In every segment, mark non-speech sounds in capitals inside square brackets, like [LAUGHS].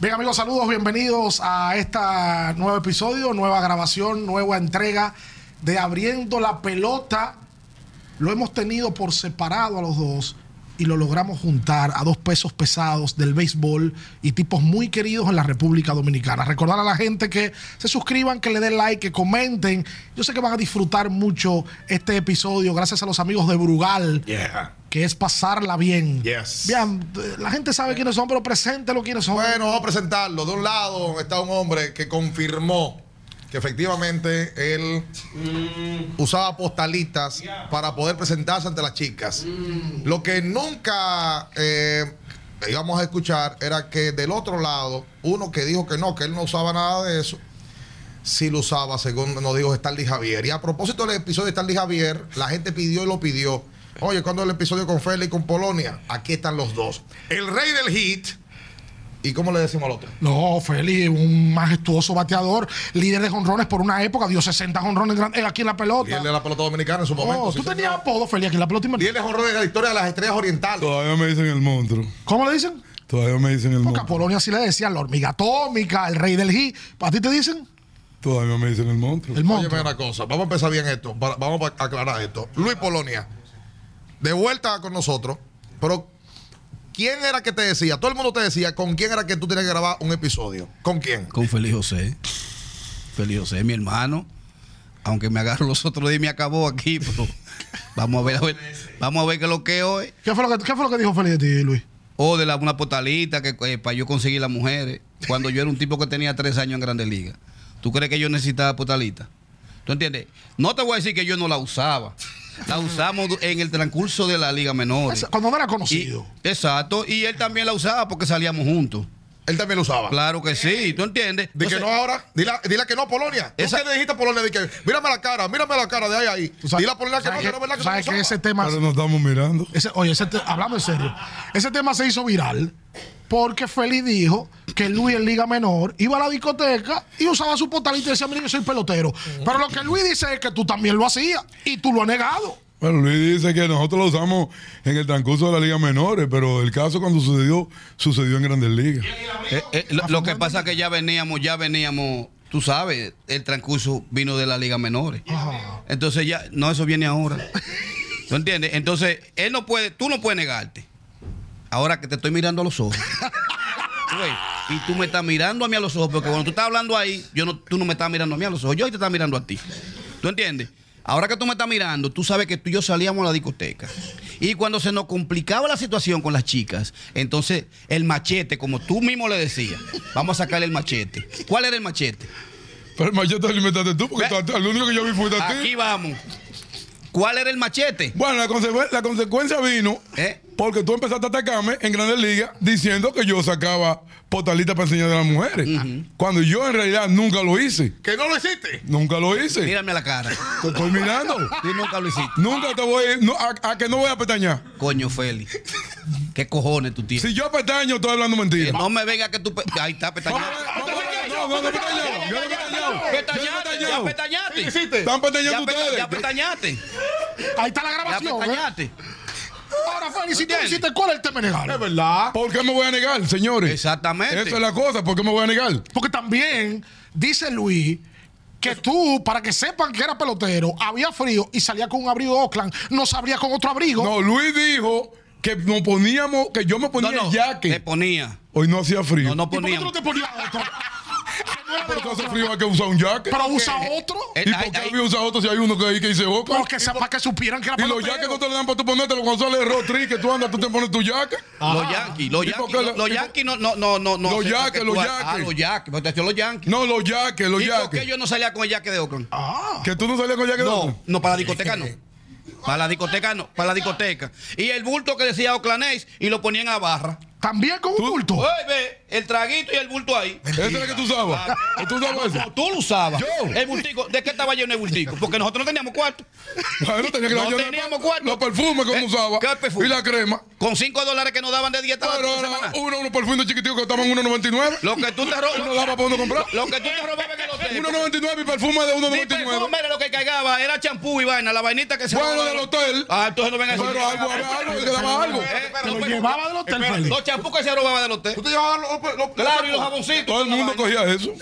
Bien amigos, saludos, bienvenidos a este nuevo episodio, nueva grabación, nueva entrega de Abriendo la Pelota. Lo hemos tenido por separado a los dos y lo logramos juntar a dos pesos pesados del béisbol y tipos muy queridos en la República Dominicana. Recordar a la gente que se suscriban, que le den like, que comenten. Yo sé que van a disfrutar mucho este episodio gracias a los amigos de Brugal Yeah. que es pasarla bien. Yes. Bien, la gente sabe quiénes son, pero preséntelo quiénes son. Bueno, vamos a presentarlo. De un lado está un hombre que confirmó que efectivamente él usaba postalitas para poder presentarse ante las chicas. Lo que nunca eh, íbamos a escuchar era que del otro lado, uno que dijo que no, que él no usaba nada de eso, sí lo usaba, según nos dijo Stanley Javier. Y a propósito del episodio de Stanley Javier, la gente pidió y lo pidió. Oye, ¿cuándo el episodio con Félix y con Polonia? Aquí están los dos. El rey del hit. ¿Y cómo le decimos al otro? No, Feli, un majestuoso bateador, líder de jonrones por una época, dio 60 jonrones gran- eh, aquí en la pelota. Líder de la pelota dominicana en su Oh, momento. sí, tú señor. tenías apodo, Feli, aquí en la pelota. y me- Líder de honores de la historia de las estrellas orientales. Todavía me dicen el monstruo. ¿Cómo le dicen? Todavía me dicen el Porque a monstruo. Polonia sí le decían la hormiga atómica, el rey del hit. ¿A ti te dicen? Todavía me dicen el monstruo. El Oye, monstruo. mira una cosa. Vamos a empezar bien esto. para- vamos a aclarar esto. Luis Polonia, de vuelta con nosotros. Pero, ¿quién era que te decía? Todo el mundo te decía con quién era que tú tenías que grabar un episodio. ¿Con quién? Con Feliz José. Feliz José, mi hermano. Aunque me agarro los otros días y me acabó aquí, [LAUGHS] pero vamos a ver, a ver- vamos a ver qué es lo que es hoy. ¿Qué fue, lo que, qué fue lo que dijo Feli de ti, Luis? O de la, una potalita que eh, para yo conseguir las mujeres. Cuando yo era un tipo que tenía tres años en Grandes Ligas. ¿Tú crees que yo necesitaba potalita? ¿Tú entiendes? No te voy a decir que yo no la usaba. La usamos du- en el transcurso de la Liga Menores. Esa- Cuando no era Y- conocido. exacto. Y él también la usaba porque salíamos juntos. Él también lo usaba. Claro que sí. ¿Tú entiendes? De que Entonces- no ahora, dile, dile que no, Polonia. ¿Tú Esa- qué le dijiste a Polonia? Di que, mírame la cara, mírame la cara de ahí a ahí. Tú sabes- Dile a Polonia que no, ¿sabes que no es verdad que tú tú sabes lo que ese usabas. tema Ahora nos estamos mirando. Ese- oye, ese te- hablando en serio, ese tema se hizo viral porque Feli dijo que Luis en Liga Menor iba a la discoteca y usaba su portalito y decía, mire, yo soy pelotero. Pero lo que Luis dice es que tú también lo hacías y tú lo has negado. Bueno, Luis dice que nosotros lo usamos en el transcurso de la Liga Menores, pero el caso cuando sucedió, sucedió en Grandes Ligas. Eh, eh, lo, lo que pasa es que ya veníamos, ya veníamos, tú sabes, el transcurso vino de la Liga Menores. Ajá. Entonces ya, no, eso viene ahora. ¿Tú entiendes? Entonces, él no puede, tú no puedes negarte. Ahora que te estoy mirando a los ojos. Tú ves, Y tú me estás mirando a mí a los ojos, porque cuando tú estás hablando ahí, yo no, tú no me estás mirando a mí a los ojos, yo ahí te estás mirando a ti. ¿Tú entiendes? Ahora que tú me estás mirando, tú sabes que tú y yo salíamos a la discoteca. Y cuando se nos complicaba la situación con las chicas, entonces el machete, como tú mismo le decías, vamos a sacarle el machete. ¿Cuál era el machete? Pero el machete lo inventaste tú, porque Ve. tú- el único que yo vi fue a Aquí ti. vamos. ¿Cuál era el machete? Bueno, la, consecu- la consecuencia vino ¿Eh? porque tú empezaste a atacarme en Grandes Ligas diciendo que yo sacaba potalitas para enseñar a las mujeres. Cuando yo en realidad nunca lo hice. Que no lo hiciste. Nunca lo hice. Mírame a la cara. Te estoy mirando. Tú nunca lo hiciste. Nunca te voy no, a, a que no voy a pestañear. Coño, Félix. ¿Qué cojones tú tienes? Si yo pestaño, estoy hablando mentira. No me venga que tú. pe- Ahí está, Vamos pestañado. a ver, vamos a ver. No, no, no he pestañado. Yo no he pestañado. Yo no he Pestañaste, ya pestañado. pestañaste. Hiciste. Están Ya pestañando pesta- ustedes. ya pestañaste. Ahí está la Ya grabación. ¿eh? pestañaste. Ahora, Feli, si tú ¿Entiendes? hiciste, ¿cuál es el tema Es legal? verdad. ¿Por qué me voy a negar, señores? Exactamente. Esa es la cosa. ¿Por qué me voy a negar? Porque también dice Luis que tú, para que sepan que era pelotero, había frío y salía con un abrigo Oakland, no sabría con otro abrigo. No, Luis dijo que nos poníamos, que yo me No, ponía no. el Te jaque. ponía. Hoy no hacía frío. No, no ¿Y por qué tú no poníamos. te ponías otro? Pero si hace frío hay que usar un [LAUGHS] jaque. Pero usa otro. Eh, ¿Y ahí- por qué ahí- había usado otro si hay uno que, ahí que dice boca? Porque se- para que supieran que era Y los pelotero. jaques no te lo dan para tú ponértelo cuando sale el road trip que tú andas, tú te pones tu jaque. Los Yankees, los ¿Y por Yankees, qué la- los- los y por- Yankees no, no, no, no, no. Los aceptan Yankees, que los tú- Ah, Yankees. los Yankees, protección los Yankees. No, los jaques, los ¿Y por qué jaques. yo no salía con el yaque de Oakland? Ah, Que tú no salías con jaque de otro. No, no, para la [LAUGHS] discoteca no. Para la discoteca no, para la discoteca. Y el bulto que decía Oakland A's y lo ponían a barra. también con un bulto. Oye, ve, el traguito y el bulto ahí. Esa es la que tú sabes. ¿Tú sabes eso? Como tú lo usabas. Yo. El bultico, ¿de qué estaba lleno el bultico? Porque nosotros no teníamos cuarto. Bueno, tenía que No dar yo la- teníamos cuarto. Los perfumes que Eh, uno usaba. ¿qué perfume? Y la crema. Con 5 dólares que nos daban de dieta Pero semanal. era uno, unos perfumes chiquiticos que costaban 1.99. Lo que tú te Uno robabas. daba para uno comprar. Lo que tú te robabas en el hotel. 1.99 y perfume de Mi perfume 1.99. era lo que cagaba, era champú y vaina, la vainita que se Bueno, robaba. del hotel. Ah, entonces no vengan a decir- Pero algo, había algo, le daba algo. Eh, Te lo los- llevaba del hotel, Félix. Los champús que se robaba del hotel. ¿Tú te llevabas los- los- los- Claro, y los jaboncitos. Todo el la mundo vaina. cogía eso.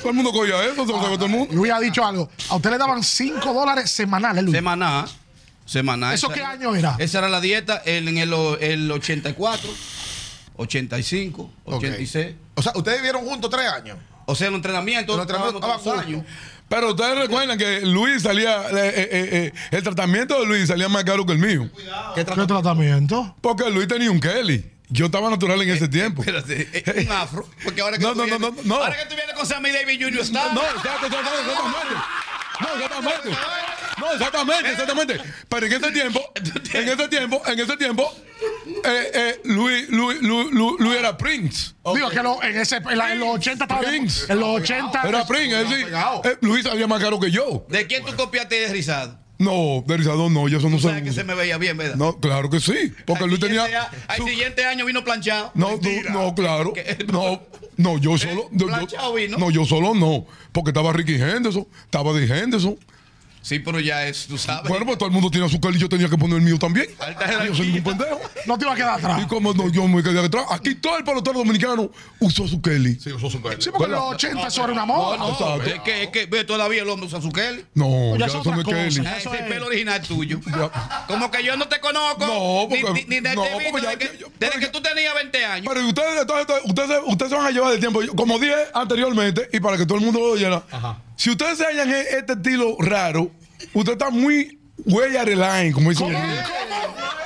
Todo el mundo cogía eso, se lo sacó todo el mundo. Luis ha dicho algo. A usted le daban 5 dólares semanales, Luis. Semaná. Semaná. ¿Eso Esa- qué año era? Esa era la dieta en en el, o- el 84, 85, Ok. 86. O sea, ustedes vivieron juntos tres años. O sea, el entrenamiento. Los entrenamientos estábamos todos estaban los años. Pero ustedes recuerdan que Luis salía, eh, eh, eh, eh, el tratamiento de Luis salía más caro que el mío. ¿Qué ¿Qué tratamiento? Porque Luis tenía un Kelly. Yo estaba natural Eh, en ese tiempo. Espérate, [LAUGHS] eh, un afro. Porque ahora que No, tú no, no, vienes- no, no. Ahora que tú vienes con Sammy Davis Jr. está. No, exacto, exacto, exactamente. No, exactamente. No, exactamente, exactamente. Pero en ese tiempo, [LAUGHS] en ese tiempo, en ese tiempo, eh, eh, Luis, Luis, Luis, Luis- Luis era Prince. Digo que lo- en, ese, en, la- en los 80 estaba. de- Rings. En los 80. Era Prince, es decir, pegado. eh, Luis salía más caro que yo. ¿De quién tú copiaste de Rizado? No, de Rizado no, yo eso no O sea, sé. que se me veía bien, ¿verdad? No, claro que sí. Porque Al Luis siguiente tenía. a- Al su- siguiente año vino planchado. No, tú- no, claro. Que- No, no, yo solo. no, yo- Planchado vino. no, yo solo no. Porque estaba Ricky Henderson, estaba de Henderson. Sí, pero ya es, tú sabes. [LAUGHS] Bueno, pues todo el mundo tiene su Kelly, yo tenía que poner el mío también. Ah, Alta jerarquía. Yo soy un pendejo. No te iba a quedar atrás. Y como no, yo me quedé atrás. Aquí todo el pelotero dominicano usó su Kelly. Sí, usó su Kelly. Sí, porque en los 80 eso era una no, moda. no, Exacto. es que, es que ve, todavía el hombre usa su Kelly. No, Pues ya ya es eso otra no es cosa. Kelly. Ah, Eso Ese es es. el pelo original tuyo. Ya. Como que yo no te conozco. No, ni- porque- Ni, ni de no, este porque video, ya- desde, que, yo- desde porque- que tú tenías 20 años. Pero ustedes, entonces, ustedes, ustedes, ustedes se van a llevar de tiempo. Yo, Como dije anteriormente, y para que todo el mundo lo oyera, si ustedes se hallan e- este estilo raro, usted está muy way out of line, como dicen en inglés.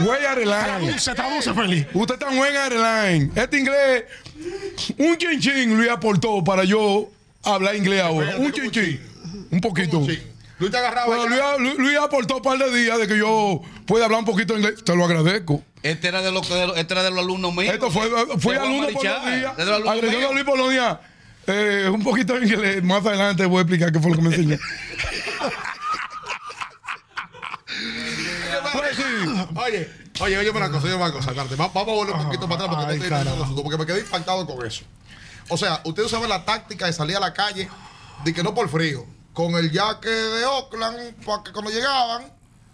Way out of line. Se traduce, feliz. Usted está en airline. Este inglés, un chin chin Luis aportó para yo hablar inglés ahora. Un chin chin. Un poquito. Sí. Luis te agarraba. Pero Luis, Luis- Luis aportó un par de días de que yo pueda hablar un poquito inglés. Te lo agradezco. Este era de los que- de los- este era de los alumnos míos. Esto fue, fui Juan alumno por Marichal, los días. de los alumnos Agregando míos. a Luis por los días. Eh, un poquito de inglés. Más adelante voy a explicar qué fue lo que me enseñó. [LAUGHS] pues sí. [LAUGHS] Oye, oye, oye, una cosa, oye, una cosa, Marte. Va- Vamos a volver un poquito para atrás porque, Ay, no te diré carajo. nada, porque me quedé impactado con eso. O sea, ustedes saben la táctica de salir a la calle, de que no por frío, con el jaque de Oakland, para que cuando llegaban.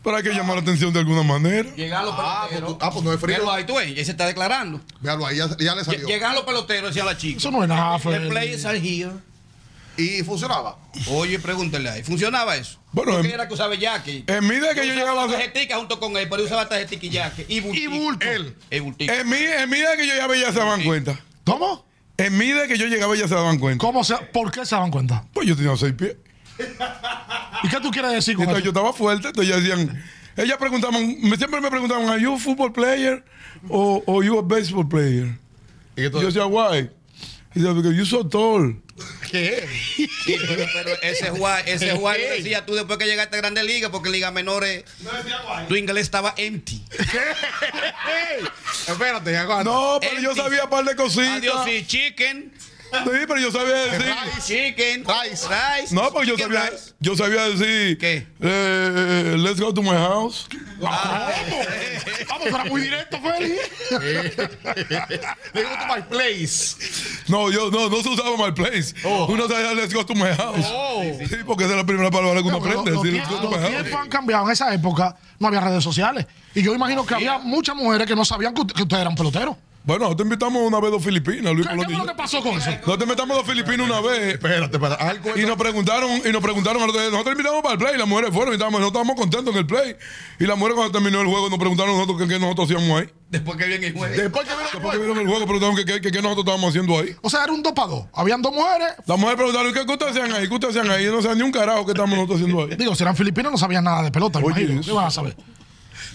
Pero hay que llamar la atención de alguna manera. Llegaban los Ah, pues, tú- peloteros. ah, pues no es frío. Míralo ahí, tú ves, ya se está declarando. Véalo ahí, ya, ya le salió. Llegaban los peloteros, decía la chica. Eso no es nada, The Félix. players are here. Y funcionaba. Oye, pregúntale ahí. ¿Funcionaba eso? Bueno, Porque em- era que usaba Jackie. En mí de que yo llegaba a Tarjetica junto con él, pero yo usaba tarjetica y Jackie. Y bultico. bulto. Él. Y bultico. En mí, en mí de que yo llegaba ya se daban cuenta. ¿Cómo? En mí de que yo llegaba ya se daban cuenta. ¿Cómo se, ¿Por qué se dan cuenta? Pues yo tenía seis pies. ¿Y qué tú quieres decir con Entonces yo eso? estaba fuerte, entonces ellas decían, ellas preguntaban, me- siempre me preguntaban, ¿Are you a football player o, o you a baseball player? Y que Y todo- yo decía, why? Y decía, because you so tall. Sí, pero, pero ese Juan, ese Juan decía tú después que llegaste a Grandes Ligas, porque Liga Menores, tu inglés estaba empty. Espérate, aguanta. No, pero yo Empty. sabía un par de cositas. Adiós y chicken, Sí, pero yo sabía decir. chicken, Rice. rice. No, porque yo chicken sabía, rice. yo sabía decir. ¿Qué? eh, let's go to my house. Ah, Vamos, era muy directo, Félix. Le digo to my place. No, yo no, no se usaba my place. Uno sabía let's go to my house. Sí, porque esa es la primera palabra que uno Los, aprende. los decir, tiempos- let's go to my los house. tiempos han cambiado. En esa época no había redes sociales. Y yo imagino que había muchas mujeres que no sabían que, ut- que ustedes eran peloteros. Bueno, nosotros invitamos una vez dos filipinas, Luis ¿Qué, qué Colón fue y lo yo. que pasó con Eh, eso? Nosotros invitamos dos filipinas una vez Espérate, espérate. haz el cuento. y nos preguntaron, y nos preguntaron, a nosotros nosotros invitamos para el play, las mujeres fueron, y estábamos- nosotros estábamos contentos en el play. Y las mujeres cuando terminó el juego nos preguntaron nosotros qué, qué nosotros hacíamos ahí. Después que viene el juez. Después que vino el Después que cuento. vieron el juego preguntaron qué, qué, qué- qué nosotros estábamos haciendo ahí. O sea, era un dopado. Habían dos mujeres. Las mujeres preguntaron, ¿qué, qué ustedes hacían ahí? ¿Qué ustedes hacían ahí? Yo no sé ni un carajo qué estamos nosotros haciendo ahí. Digo, si eran filipinos no sabían nada de pelota. Oye, imagino. ¿Qué eso- van a saber?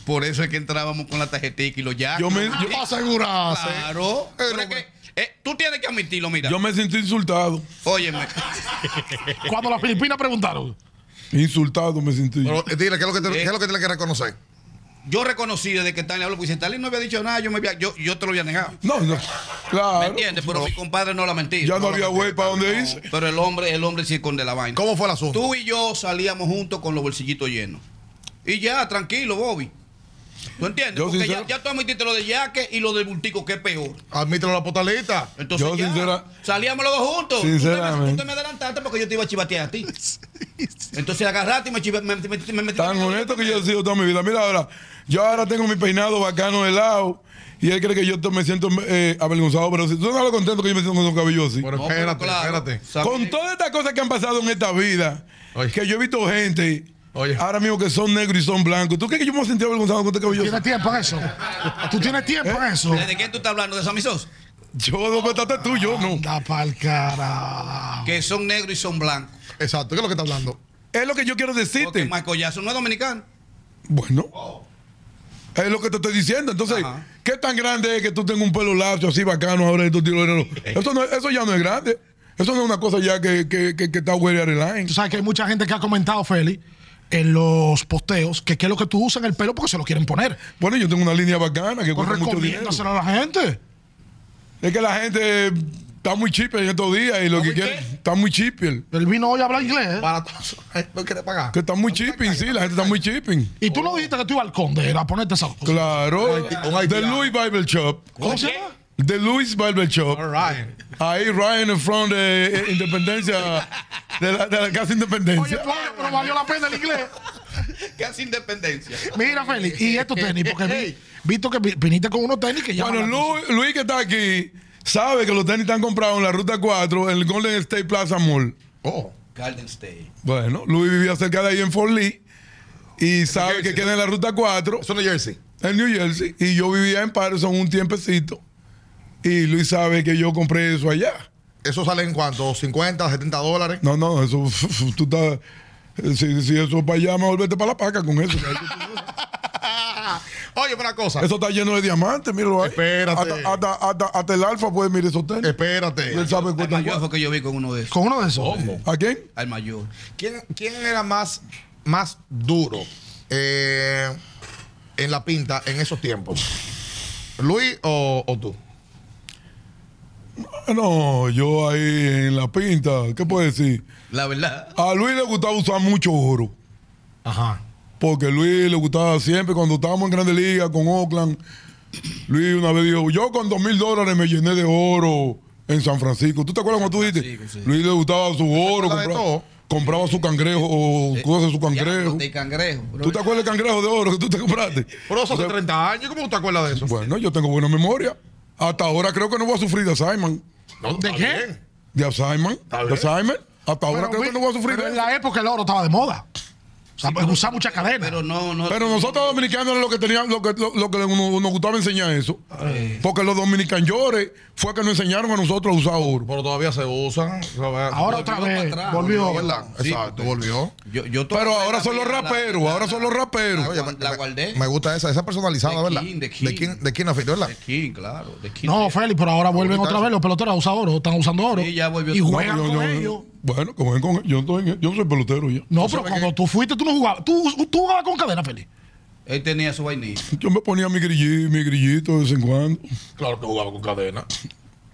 Por eso es que entrábamos con la tarjetica y los ya. Yo me, yo- Asegurarse. Claro. Pero es que, eh, tú tienes que admitirlo, mira. yo me sentí insultado. Óyeme. Cuando las filipinas preguntaron. Insultado me sentí. Pero, eh, dile, ¿qué es lo que te- qué es lo que tiene que reconocer? Yo reconocí desde que Stanley habló, porque si Stanley no había dicho nada, yo, me había- yo, yo te lo había negado. No, no. ¿Me Claro. entiendes? Pero mi compadre no la mentí. Ya no había güey para dónde irse. Pero el hombre, el hombre sí esconde la vaina. ¿Cómo fue el asunto? Tú y yo salíamos juntos con los bolsillitos llenos. Y ya, tranquilo, Bobby. ¿Tú entiendes? Yo, Porque sincero- ya, ya tú admitiste lo de yaque y lo del bultico, que es peor. Admítelo la postalita. Entonces Yo, ya, sincera- salíamos los dos juntos. Tú te me- Sinceramente. Tú te me adelantaste porque yo te iba a [LAUGHS] chivatear a ti. Entonces agarraste y me, chiva- me, me- me metiste. Tan honesto que yo he sido toda mi vida. Mira ahora, yo ahora tengo mi peinado bacano de lado y él cree que yo to- me siento eh, avergonzado, pero si tú no sabes lo contento que yo me siento con esos cabellos así. Pero No, pero espérate, claro, espérate. sabía- Con todas estas cosas que han pasado en esta vida, Oye. que yo he visto gente Oye. ahora mismo que son negros y son blancos. ¿Tú crees que yo me sentí avergonzado con este cabello ¿Tienes así? tiempo en eso? ¿Tú tienes tiempo en eso? ¿De quién tú estás hablando? ¿De Sammy Sosa? Yo no, pero estás tú, yo no. Anda pa'l carajo. Que son negros y son blancos. Exacto, ¿qué es lo que está hablando? Es lo que yo quiero Porque decirte. Michael Jackson no [LAUGHS] es dominicano. Bueno. Es lo que te estoy diciendo. Entonces, Ajá. ¿qué tan grande es que tú tengas un pelo lacio así bacano ahora y tú tiras el reloj? Eso, no, eso ya no es grande. Eso no es una cosa ya que, que, que, que está güey airline. Tú sabes que hay mucha gente que ha comentado, Feli, en los posteos, que qué es lo que tú usas en el pelo porque se lo quieren poner. Bueno, yo tengo una línea bacana que Pues cuesta mucho dinero. recomiéndaselo a la gente. Es que la gente está muy chipper en estos días y lo que muy quiere. qué? Está muy chipper. Él vino hoy a hablar inglés. ¿eh? Para todos. [LAUGHS] No quiere pagar. Que está muy chipping, sí, la gente está muy chipping. Y tú no dijiste que tú ibas al conde era a ponerte esa cosa. Claro. Un haiti- un haitiano. The Louis Bible Shop. ¿Cómo se llama? The Louis Bible Shop. All right. Ahí Ryan en front de eh, Independencia, de la, de la Casa Oye, Independencia. Flavio, pero valió la pena el inglés. Que hace independencia. Mira, Feli, y [LAUGHS] estos tenis, porque vi, visto que vi- viniste con unos tenis que ya. Bueno, Luis, Luis que está aquí sabe que los tenis están comprados en la Ruta 4, en el Golden State Plaza Mall. Oh. Garden State. Bueno, Luis vivía cerca de ahí en Fort Lee y sabe que Jersey, queda en la Ruta 4, Eso no es Jersey. en New Jersey, y yo vivía en Patterson un tiempecito. Y Luis sabe que yo compré eso allá. Eso sale en cuánto? 50, 70 dólares. No, no, eso, [LAUGHS] f- f- tú estás... eh, Si, si eso es para allá, mejor vete para la paca con eso. Oye, una cosa. Eso está lleno de diamantes, míralo ahí. Espérate. Hasta, hasta, hasta, hasta el alfa puede mirar esos tenis. Espérate. Él sabe Al cuánto. mayor fue que yo vi con uno de esos. Con uno de esos. ¿A quién? Al mayor. ¿Quién, quién era más, más duro eh, en la pinta en esos tiempos? ¿Luis o, o tú? Ah, No, yo ahí en la pinta, ¿qué puedo decir? La verdad. A Luis le gustaba usar mucho oro. Ajá. Porque Luis le gustaba siempre, cuando estábamos en Grande Liga con Oakland, Luis una vez dijo, yo con dos mil dólares me llené de oro en San Francisco. ¿Tú te acuerdas cuando tú dijiste? Francisco, sí. Luis le gustaba su acuerdas de oro, compraba, todo? compraba su cangrejo, o Eh, cosas su cangrejo. De cangrejo. bro. ¿Tú te acuerdas del cangrejo de oro que tú te compraste? Pero eso hace 30 años, ¿cómo tú te acuerdas de eso? Bueno, yo tengo buena memoria. Hasta ahora creo que no voy a sufrir de Simon. No, ¿De está qué? bien. De Alzheimer. De Alzheimer. Hasta ahora Pero creo vi- que no voy a sufrir ¿eh? pero de en eso. la época el oro estaba de moda. O sea, pues, usaba mucha cadena. Pero no, no. Pero nosotros los dominicanos era lo que teníamos, lo que, lo, lo que nos, nos gustaba enseñar eso. Porque los dominicanores fue que nos enseñaron a nosotros a usar oro. Pero todavía se usan. Ah, Ahora otra volvió vez. para atrás, volvió. volvió, ¿Verdad? Sí, Exacto, porque- volvió. Yo, yo to- Pero ahora son los la- raperos, la- ahora son los raperos. La, la guardé. Me gusta esa, esa personalizada, De ¿verdad? King, de King. de King, de King of It, ¿verdad? De King, claro. De King. No, Feli, pero ahora vuelven Ahorita otra vez. Los peloteros usan oro, están usando oro. Sí, ya volvió. Y No, juegan yo- con yo- ellos. Bueno, como ven con ellos, yo, estoy en- yo soy pelotero ya. No, pero cuando tú fuiste, tú no jugabas. Tú, tú jugabas con cadena, Feli. Él tenía su vainilla. Yo me ponía mi grillito, mi grillito de vez en cuando. Claro que jugaba con cadena.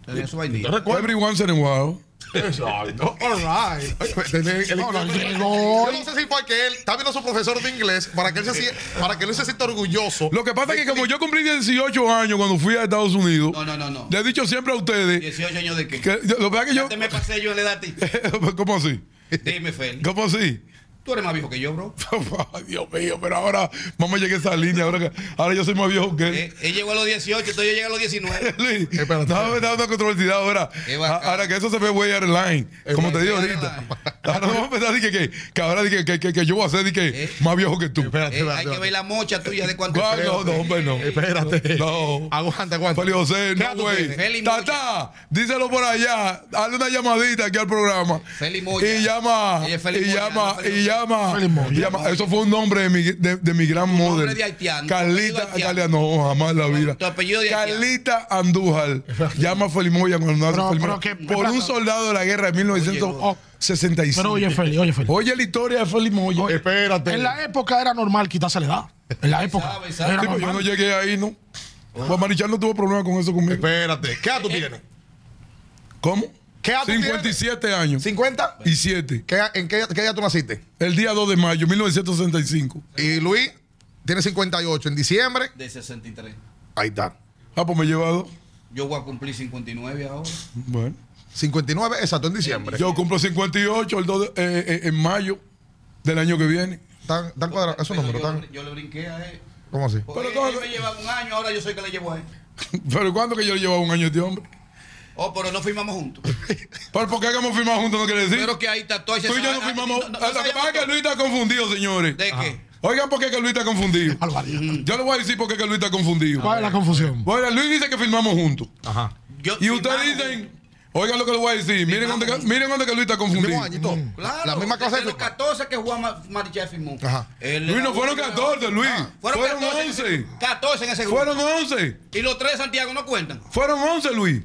Tenía su vainilla. Every once in a while. Exacto. All right. [LAUGHS] No, no, yo llegó. no sé si fue que él está viendo a su profesor de inglés para que él se, sie- para que él se sienta orgulloso. Lo que pasa es que como yo cumplí 18 años cuando fui a Estados Unidos, No, no, no, no. le he dicho siempre a ustedes 18 años de qué. que yo- lo que pasa es que Ya te me pasé yo en la edad a ti. yo... [LAUGHS] ¿Cómo así? Dime, Feli. ¿Cómo así? [LAUGHS] Tú eres más viejo que yo, bro. Ay, Dios mío, pero ahora mamá llegué a esa línea, ahora, que- ahora yo soy más viejo que él. Eh, él llegó a los 18, entonces yo llegué a los Eh, 19. [LAUGHS] Luis, espérate. no me da una controversidad ahora. Qué A- bacán. Eh, Ahora que eso se ve way airline, como te digo way ahorita. airline. [LAUGHS] Ahora vamos a empezar di que, que, que ahora di que, que, que- que yo voy a ser di que Eh. más viejo que tú. Espérate, Eh, hay que espérate. ver la mocha tuya de cuánto. Ay, no, no, hombre, no. Eh, Espérate. No. Aguanta, aguanta. Feli José, ¿Qué no, edad tú güey. tienes? Feli Tata, díselo por allá. Hazle una llamadita aquí al programa. Feli Moya. Y llama. Ella es Feli Y Moya, llama. no Feli Y José. llama. Feli Moya. y llama. Eso fue un nombre de mi, de, de mi gran modelo. de haitiano, tu apellido Carlita. haitiano. Carlita, no, jamás en la vida. tu apellido de haitiano. Carlita Andújar. Llama a Feli Moya cuando nace Pero- Feli pero que- Moya. Por un soldado de la guerra de 1965. Pero oye, Feli, oye, Feli. Oye la historia de Feli Moya. Espérate. E. En la época era normal quitarse la edad. En la época. sabe, sabe. Era Sí, pues yo no normal. llegué ahí, ¿no? Pues Marichal no tuvo problema con eso conmigo. Espérate. ¿Qué edad tú tienes? ¿Cómo? ¿Qué edad tú 57 años. ¿50? Y 7. ¿Qué edad- ¿En qué, qué edad tú naciste? El día 2 de mayo, 1965. Y Luis tiene 58. En diciembre, De 63. ahí está. Ah, pues me he llevado. Yo voy a cumplir 59 ahora. Bueno. 59, exacto, en diciembre. Yo cumplo 58 el 2 de- eh, eh, en mayo del año que viene. [LAUGHS] Tan, tan cuadrado, esos Pero números, yo, tan, yo le brinqué a él. ¿cómo así? Porque Pero él todo- me llevaba un año, ahora yo soy que le llevo a él. Pero ¿cuándo que yo le llevaba un año a este hombre? Oh, pero no firmamos juntos. Pero ¿por qué hagamos firmado juntos no quiere decir? Pero que ahí está todo ese. Tú y yo no firmamos. no, no, no lo que pasa es que sabíamos Luis está confundido, señores. ¿De qué? Oigan por qué que Luis está confundido. Alvarito. Yo le voy a decir por qué que Luis está confundido. ¿Cuál es la confusión? Bueno, Luis dice que firmamos juntos. Ajá. Yo- Y ustedes Ah, firmamos dicen, oigan lo que le voy a decir, miren dónde, que- miren dónde que Luis está El confundido. mismo año y todo. Claro, Mm. La misma clase de desde los 14 que Juan Ma- Marichal firmó. Ajá. Él Luis, era no fueron uno, 14, Luis. Ah, Fueron, Fueron 14 en 11. ese- 14 en ese grupo. Fueron 11. Y los tres de Santiago no cuentan. Fueron 11, Luis.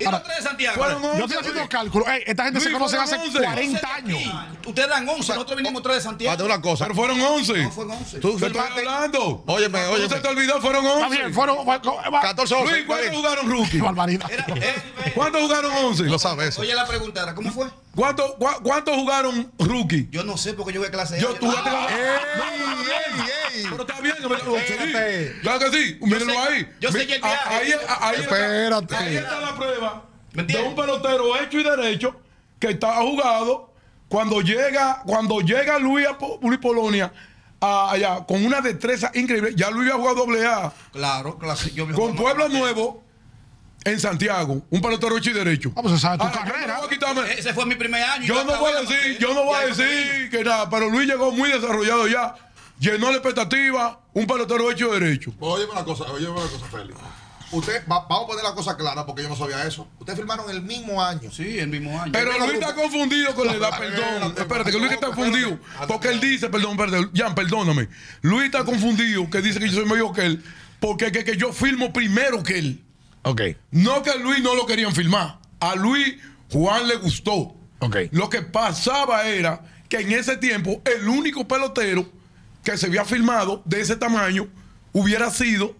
Y Ahora, los tres de Santiago. Fueron Yo 11. estoy haciendo cálculos. Ey, esta gente se Luis, conoce hace fueron once. 40 años. Ustedes dan 11, nosotros vinimos tres de Santiago. oh, Espérate una cosa. Pero fueron 11. No fueron 11. Tú Te estoy firmaste hablando. Óyeme, Tú óyeme. se te olvidó, fueron 11. Está bien, fueron. fue- co- va- 14 11. Luis, está ¿cuántos bien. jugaron rookie? Barbaridad. Era- eh, ¿Cuántos jugaron 11? Lo sabes eso. Oye, la pregunta era, ¿cómo fue? ¿Cuántos cua- cuántos jugaron rookie? Yo no sé porque yo voy a clase Ah, Yo A. tú jugaste con- ¡Ey, ey, ey! Pero está bien, yo me lo Espérate. sí. Claro que sí, mírenlo sé- ahí. yo sé Mi- que el a- viaje- Ahí, a- ahí Espérate. Está, ahí está la prueba ¿Me de entiendes? un pelotero hecho y derecho que está jugado cuando llega, cuando llega Luis, a Po- Luis Polonia a- allá con una destreza increíble. Ya Luis había jugado doble A Claro, clase. Yo me con Pueblo Nuevo en Santiago, un pelotero hecho y derecho. Ah, pues se sabe tu Ahora, yo carrera. no voy a quitarme- E-, Ese fue mi primer año. y pues. yo no acabé voy a la decir, materia. yo no voy a Ya decir que nada, pero Luis llegó muy desarrollado ya, llenó la expectativa, un pelotero hecho de derecho. Óyeme una cosa, óyeme una cosa, Félix. Usted, va- vamos a poner la cosa clara porque yo no sabía eso. Ustedes firmaron el mismo año. Sí, el mismo año. Pero Luis está confundido con la edad, perdón. Espérate, que Luis está confundido. Porque él dice, perdón, espérate, Jan, perdóname. Luis está confundido que dice que yo soy mayor que él, porque que, que yo firmo primero que él. Ok. No que a Luis no lo querían firmar. A Luis, Juan le gustó. Ok. Lo que pasaba era que en ese tiempo el único pelotero que se había firmado de ese tamaño hubiera sido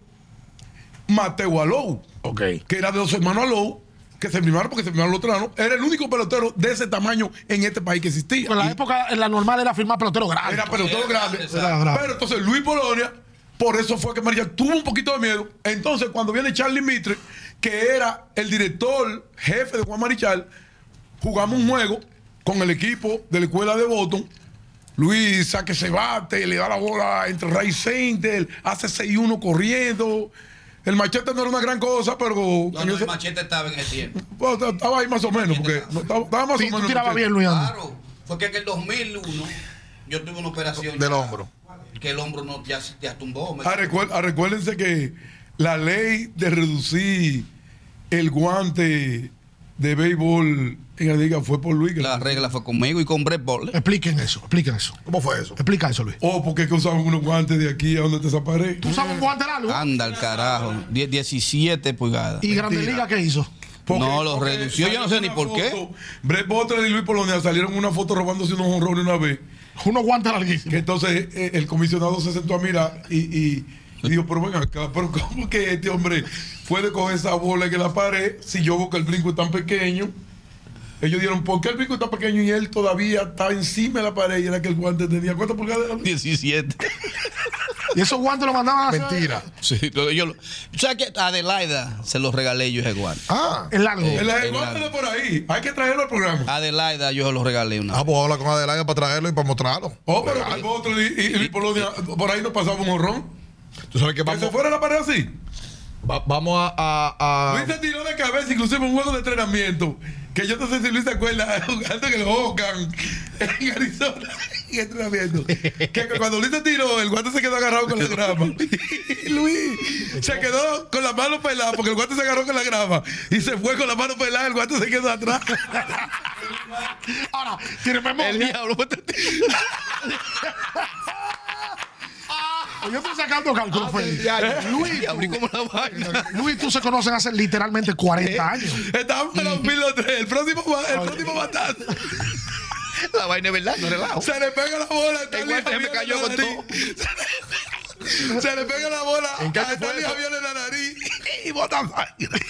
Mateo Alou, Ok. que era de los hermanos Alou, que se firmaron porque se firmaron los otros. Era el único pelotero de ese tamaño en este país que existía. En la época, en la normal era firmar pelotero grande. Era pelotero Era grande. grande, exacto. Era grande. Pero entonces Luis Polonia, por eso fue que María tuvo un poquito de miedo. Entonces, cuando viene Charlie Mitre, que era el director jefe de Juan Marichal, jugamos un juego con el equipo de la escuela de Boston. Luis saque se bate, le da la bola entre Ray Center, hace 6-1 corriendo. El machete no era una gran cosa, pero No, en no, ese- el machete estaba en ese tiempo. bueno, estaba ahí más o menos, porque no, estaba, estaba más Sí, o tú menos. tirabas machete. bien, Luis. Andrés. Claro, fue que en el 2001 yo tuve una operación. Del ya, hombro. Que el hombro no, ya, se- ya tumbó. me- Ah, recuer- ah, recuérdense que la ley de reducir el guante de béisbol en la liga fue por Luis. La regla fue conmigo y con Brett Butler. Expliquen eso, expliquen eso. ¿Cómo fue eso? Explica eso, Luis. O porque es Oh, que usaban unos guantes de aquí a donde te pared. Tú usabas un guante largo Anda al carajo. Die- 17 pulgadas. [LAUGHS] y Grande Liga, ¿qué hizo? Porque- No, lo porque redució, yo no sé salió una ni por qué. foto. Brett Butler y Luis Polonia salieron en una foto robándose unos honrones una vez. Unos guantes Que larguísimos. entonces eh, el comisionado se sentó a mirar y, y- y dijo, pero venga acá, pero ¿cómo que este hombre puede coger esa bola en la pared si yo veo que el brinco es tan pequeño? Ellos dijeron, ¿por qué el brinco está pequeño y él todavía está encima de la pared y era que el guante tenía? ¿Cuántas pulgadas era? 17. Y esos guantes los mandaban a hacer. Mentira. Sí, lo- yo lo- o sea que a Adelaida se los regalé yo ese guante. Ah. El largo. El, el guante de por ahí, hay que traerlo al programa. Adelaida yo se los regalé una Ah, vez. pues habla con Adelaide para traerlo y para mostrarlo. Oh, pero el otro y, y- y Luis Polonia, por ahí nos pasaba un horrón. Tú sabes que Que se vamos, fuera a la pared así. va- vamos a. a- a- Luis se tiró de cabeza, inclusive un juego de entrenamiento. Que yo no sé si Luis se acuerda, [LAUGHS] jugando en el Hogan en Arizona, [LAUGHS] en entrenamiento. Que cuando Luis se tiró, el guante se quedó agarrado con la grama. [LAUGHS] Y Luis se quedó con la mano pelada, porque el guante se agarró con la grama. Y se fue con la mano pelada, el guante se quedó atrás. [LAUGHS] Ahora, tiene memoria. diablo. este Ah, pues Yo estoy sacando cálculos, Félix. Luis, Y abrí como la vaina. Luis, tú se conocen hace literalmente 40 años. Estábamos en los 2003, el próximo, ba- el próximo batazo. Oh. La vaina es verdad, no relajo. Se le pega la bola. El guante se me cayó con todo. Se le pega la bola ¿En qué a año fue Stanley eso? Javier en la nariz y botan sangre.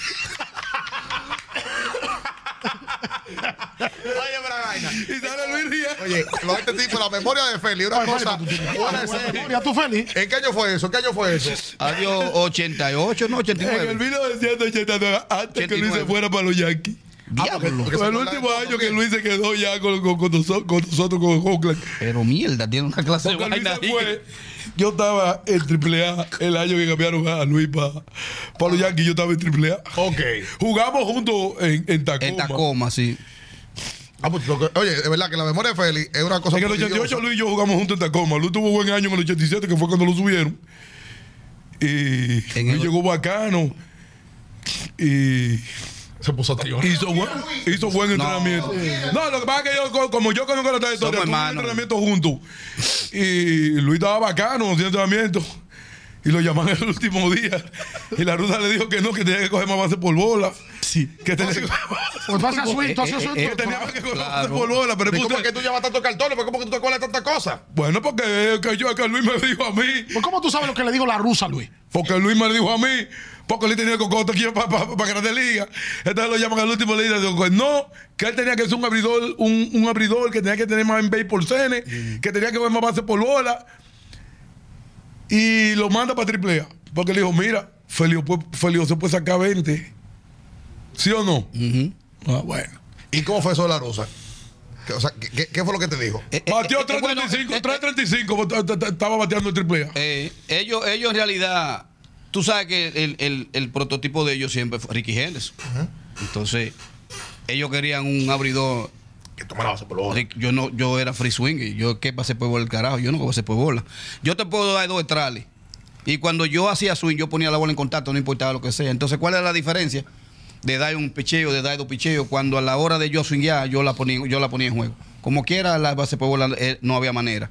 Oye, Bragaina. Y sale Luis Riel. Oye, lo de este tipo, la memoria de Feli, una Ay, cosa. Feli, pero tú tienes fuera de buena serie. memoria, tú, Feli. ¿En qué año fue eso? ¿En qué año fue eso? Adiós, 88, no, En el 89. 1989, antes que Luis se 89. fuera para los Yankees. Diablo. porque- Fue el se acuerda de último todo, ¿qué? año que Luis se quedó ya con, con- con nosotros, con nosotros, con Oakland. Pero mierda, tiene una clase de Cuando Luis vaina se ahí. fue, yo estaba en AAA el año que cambiaron a Luis para los Yankees, yo estaba en AAA. Ok. Jugamos juntos en, en Tacoma. En Tacoma, sí. Ah, pues, lo que- oye, es verdad que la memoria de Feli es una cosa. En el 88 prodigiosa. Luis y yo jugamos juntos en Tacoma. Luis tuvo buen año en el 87, que fue cuando lo subieron. Y En Luis el- llegó bacano. Y se puso tío. hizo buen, hizo buen entrenamiento. No, lo que pasa es que yo, co- como yo conozco la trayectoria, Somos tuvimos un hermanos. entrenamiento juntos. Y Luis estaba bacano haciendo entrenamiento. Y lo llamaron el último día. Y la ruta le dijo que no, que tenía que coger más base por bola. Sí. Que tenía que coger más base Pues pase a swing, tú haces Eh, eh, swing. eh, tú- tenía que coger más base Claro. por bola. Pero ¿Y después cómo es que tú usted- llevas tantos cartones? ¿Cómo es que tú te acuerdas de tantas cosas? Bueno, porque es que yo, que Luis me dijo a mí. Pues, ¿Cómo tú sabes lo que le digo la rusa, Luis? Porque Luis me dijo a mí, porque él tenía el cocote aquí para Grandes Ligas. Entonces lo llaman al último líder. "Pues No, que él tenía que ser un abridor, un, un abridor que tenía que tener más en base por cene, que tenía que ver más base por bola. Y lo manda para triple A. Porque le dijo, mira, Felio, pu- Felio se puede sacar 20. ¿Sí o no? Ah, bueno. ¿Y cómo fue eso de la rusa? Que, O sea, ¿qué- ¿qué, qué fue lo que te dijo? Eh, eh, Bateó eh, eh, bueno, 335, eh, eh, 335, t- t- t- estaba bateando en triple A. eh, ellos, ellos en realidad, tú sabes que el, el- el prototipo de ellos siempre fue Ricky Henderson. Entonces, ellos querían un abridor. Que toma la base por los ojos. Rick, yo no, yo era free swing y yo qué pasé por bola el carajo, yo no pasé por bola. Yo te puedo dar dos estrales. Y cuando yo hacía swing, yo ponía la bola en contacto, no importaba lo que sea. Entonces, ¿cuál era la diferencia de dar un picheo, de dar dos picheos? Cuando a la hora de yo swinguear, yo la ponía, yo la ponía en juego. Como quiera la base por bola, eh, no había manera.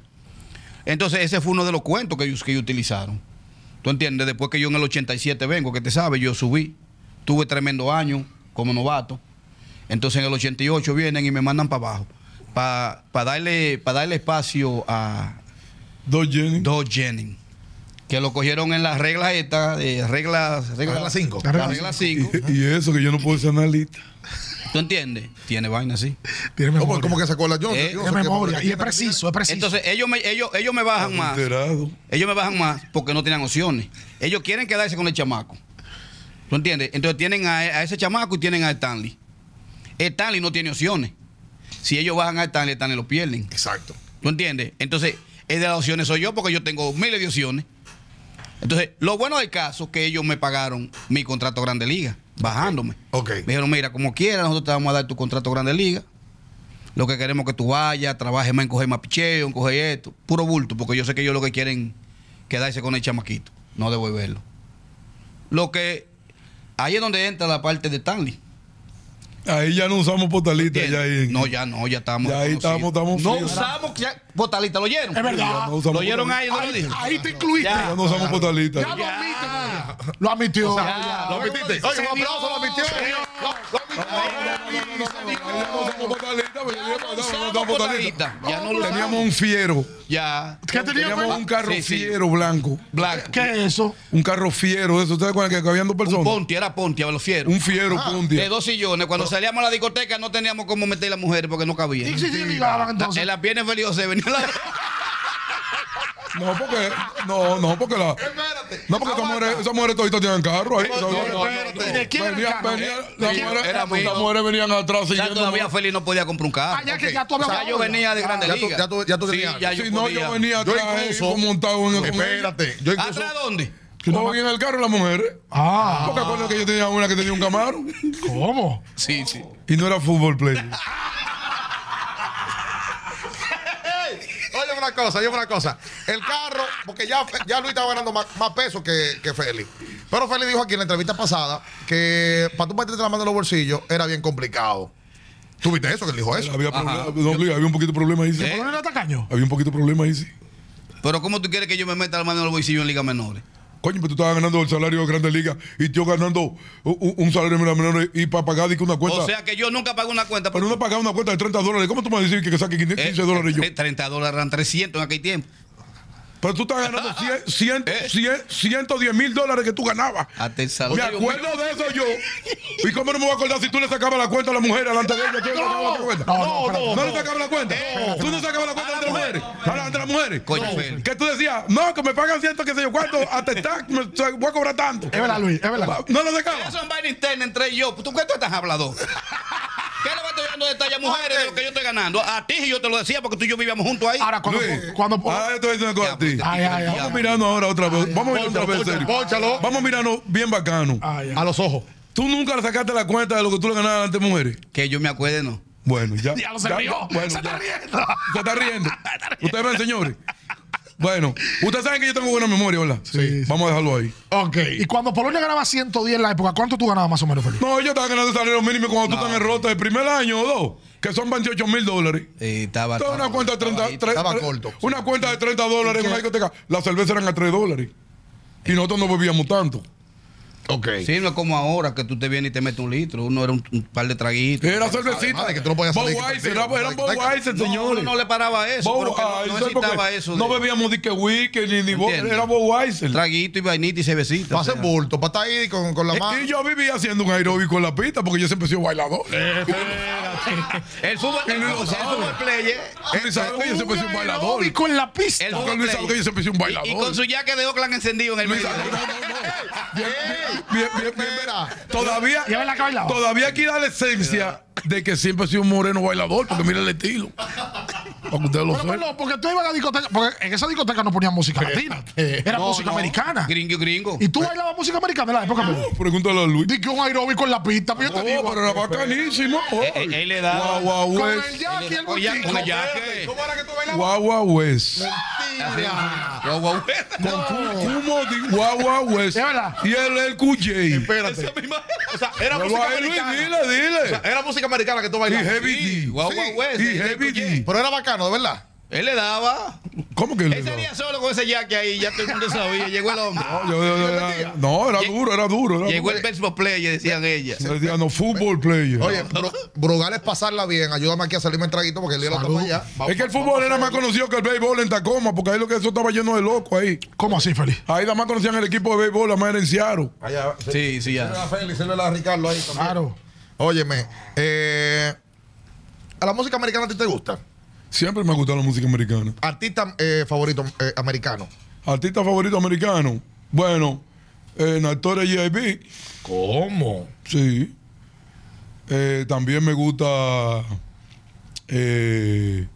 Entonces, ese fue uno de los cuentos que ellos, que ellos utilizaron. ¿Tú entiendes? Después que yo en el 87 vengo, que te sabes, yo subí. Tuve tremendo año como novato. Entonces en el 88 vienen y me mandan para abajo. Para darle, pa darle espacio a Dos Jennings. Dos Jennings. Que lo cogieron en las reglas estas, de reglas. reglas regla cinco. La eh, regla 5. Y, y eso, que yo no puedo ser analista. ¿Tú entiendes? Tiene vaina así. Tiene No, memoria. pues, ¿Cómo que sacó la yo? no sé- Eh, yo no Tiene sé qué memoria. Y memoria es tiene. preciso, es preciso. Entonces ellos me, ellos, ellos me bajan más. Enterado. Ellos me bajan más porque no tenían opciones. Ellos quieren quedarse con el chamaco. ¿Tú entiendes? Entonces tienen a, a ese chamaco y tienen a Stanley. Stanley no tiene opciones. Si ellos bajan a Stanley, Stanley lo pierden. Exacto. ¿Tú entiendes? Entonces, el de las opciones soy yo porque yo tengo miles de opciones. Entonces, lo bueno del caso es que ellos me pagaron mi contrato Grande Liga, bajándome. Ok. Me dijeron, mira, como quieras, nosotros te vamos a dar tu contrato Grande Liga. Lo que queremos es que tú vayas, trabajes más en coger más picheo, en coger esto. Puro bulto, porque yo sé que ellos lo que quieren quedarse con el chamaquito, no devolverlo. Lo que... Ahí es donde entra la parte de Stanley. Ahí ya no usamos potalita. Ya ahí, No, ya no, ya estamos. Ya ahí estamos, reconocidos. estamos No fríos. usamos, ya, botalita, ¿lo oyeron? Es verdad. Ya no usamos ¿Lo oyeron potalita. ahí? ¿No lo Ahí, dije? ahí te incluiste. Ya. Ya no usamos potalita. Ya lo admite. Lo admitió. ¿Lo admitiste? Oye, un aplauso, lo admitió. Ya no usamos potalita, pero ya no usamos potalita. usamos potalita. Ya no lo Teníamos usamos. un fiero. Ya. ¿Qué tenía Teníamos un Feli? carro Sí, sí. fiero blanco. Blanco. ¿Qué es eso? Un carro fiero, eso. ¿Ustedes acuerdan que cabían dos Un personas? ponti, era ponti, a los fieros. Un fiero, Ponti. De dos sillones. Cuando salíamos a la discoteca no teníamos cómo meter las mujeres porque no cabían. ¿Y si te ligaban La- entonces? En las piernas feliz se venía la... No, porque. No, no, porque la. Espérate. No, Ah, porque esas Aguanta. mujeres, esas mujeres toditas tenían carro ahí. No, esas- no, no, ¿Y de quién era el Venían, carro? venían, Eh, las quién? mujeres- Era mío. las mujeres venían atrás Ya siguiendo. todavía Félix no podía comprar un Ah, carro. ya que ok. ya tú O habías sea, yo venía de Grandes Ya tú- Ligas. ya tú- ya tú Sí, tenías. ya yo Si no, yo podía. venía Yo atrás ahí, incluso- como montado en el. Espérate. Yo incluso. ¿Atrás dónde? No, en el carro las mujeres. Ah, Porque acuerdo que yo tenía una que tenía un camaro ¿cómo? Sí, sí. y no era fútbol player. Oye, una cosa, oye, una cosa. El carro, porque ya, ya Luis estaba ganando más, más peso que, que Félix. Pero Félix dijo aquí en la entrevista pasada que para tú meterte la mano en los bolsillos era bien complicado. ¿Tú viste eso que él dijo eso? Había, problema- no, había un poquito de problema ahí. Eh. sí. ¿Por era tacaño? Había un poquito de problema ahí. sí. Pero ¿cómo tú quieres que yo me meta la mano en los bolsillos en ligas menores? Coño, pero tú estabas ganando el salario de Grandes Ligas y yo ganando u- u- un, salario de menor y para pagar dije, una cuenta. O sea que yo nunca pago una cuenta. pero uno pagaba una cuenta de 30 dólares. ¿Cómo tú me vas a decir que, que saque 15 Eh, dólares yo? eh, 30 dólares eran 300 en aquel tiempo. Pero tú estás ganando 100, 100, 100, 110 mil dólares que tú ganabas. Hasta el Me salario. acuerdo de eso yo. ¿Y cómo no me voy a acordar si tú le sacabas la cuenta a la mujer delante de ella? ¿Tú le sacabas la cuenta? No, no, no, Eh. le sacabas la cuenta? ¿Tú no sacabas la cuenta Ah, ante las mujeres? ¿Ante las mujeres? Coño, No. Félix. Que tú decías, no, que me pagan cierto, que sé yo cuánto, hasta el tax, me, voy a cobrar tanto. Es verdad, Luis, es verdad. ¿No lo sacabas? Eso es vaina interna entre yo. ¿Tú qué tú [LAUGHS] estás hablando? ¿Qué le vas a estar dando detalles a mujeres de lo que yo estoy ganando? A ti yo te lo decía porque tú y yo vivíamos juntos ahí. Ahora, cuando. Luis. cuando Ah, Ah, yo te voy a decir una cosa a pues, ti. Ay, ay, ay. Vamos mirando ahora otra vez. Vamos a mirar otra vez, en serio. Pónchalo. Vamos mirando bien bacano. Ay, ay. A los ojos. ¿Tú nunca le sacaste la cuenta de lo que tú le ganabas ante mujeres? Que yo me acuerde, no. Bueno, ya. Ya lo se ya- rió. bueno, se está ya. riendo. Se está riendo. Ustedes ven, señores. Bueno, ustedes saben que yo tengo buena memoria, ¿verdad? Sí. Vamos a dejarlo ahí. Ok. Y cuando Polonia ganaba 110 en la época, ¿cuánto tú ganabas más o menos, Felipe? No, ellos estaban ganando salario mínimo cuando tú estás en rota el primer año o dos, que son 28 mil dólares. Eh, estaba, Estaba una cuenta de 30, ahí. tre- Estaba tre- corto. Una cuenta de 30 dólares en una discoteca. Las cervezas eran a 3 dólares. Y nosotros no bebíamos tanto. Ok. Sí, no es como ahora que tú te vienes y te metes un litro. Uno era un, un par de traguitos. Era cervecita. además de que tú no podías salir, que Budweiser, perdías, era- eran la discoteca. Budweiser, No, uno señores. no le paraba eso. pero que no, no Budweiser, porque necesitaba eso. No de- bebíamos ni que whisky ni, ni bo- ¿Entiendes? era Budweiser. Traguito y vainita y cervecita. Para o sea. hacer bulto, para estar ahí con, con la mano. Eh, Y yo vivía haciendo un aeróbico en la pista porque yo siempre he sido bailador. El fútbol, el, no lo o sea, el sabe. fútbol player. Él sabe que Eh, yo siempre he sido un bailador. Aeróbico en la pista. El Porque fútbol Luis sabe que yo player. siempre he sido un bailador. Y con su jaque de Oakland encendido en el Luis medio. sabe- no, no, no, no. Bien, bien, bien, bien, Espera. bien. Todavía, ¿Ya ves la que bailaba? todavía aquí da la esencia de que siempre he sido un moreno bailador porque mira el estilo. Para que ustedes lo Pero, sepan. perdón, porque tú ibas a la discoteca. Porque en esa discoteca no ponían música latina. Era No, música no. americana. Gringo, gringo. Y tú bailabas música americana en la época. Felipe? Pregúntale a Luis. Di que un aeróbico en la pista, pero yo Oh, te digo. pero era bacanísimo. Eh, eh, él le da- Guau, guau, Con el West. jack y el pues, Oye, con el botico. jaque. ¿Cómo era que tú bailabas? Guau, guau, West. Mentira. Guau, guau. Con Cu- Cumo de Guau, guau, West. Es verdad. Y el el QJ. Espérate. O sea, era Pero música ahí, Luis, americana. dile, O sea, dile. era música americana que tú Y bailabas. Heavy Sí, D. Guau, Sí. guau, West. Y Heavy D. Pero era bacano, de verdad. Él le daba. ¿Cómo que le Él daba? salía solo con ese jaque ahí, ya todo el mundo [LAUGHS] sabía. Llegó el hombre. No, yo- yo- yo- no, era Llegó- duro, era duro. Era Llegó duro. el baseball player, decían ellas. Yo decía, no, fútbol player. Oye, bro, Brugal es pasarla bien. Ayúdame aquí a salirme el traguito porque el día lo Salud. estamos allá. es que el fútbol era más conocido que el béisbol en Tacoma, porque ahí lo que eso estaba lleno de locos ahí. ¿Cómo así, Felipe? Ahí nada más conocían el equipo de béisbol, la más era en Seattle. Allá. Sí, sí, Sírvela ya. a Félix, sírvela a Ricardo ahí también. Claro. Óyeme, eh, ¿a la música americana a ti te gusta? Siempre me ha gustado la música americana. Artista eh, favorito eh, americano. Artista favorito americano. Bueno, eh, en actores J.I.B. ¿Cómo? Sí. Eh, también me gusta eh,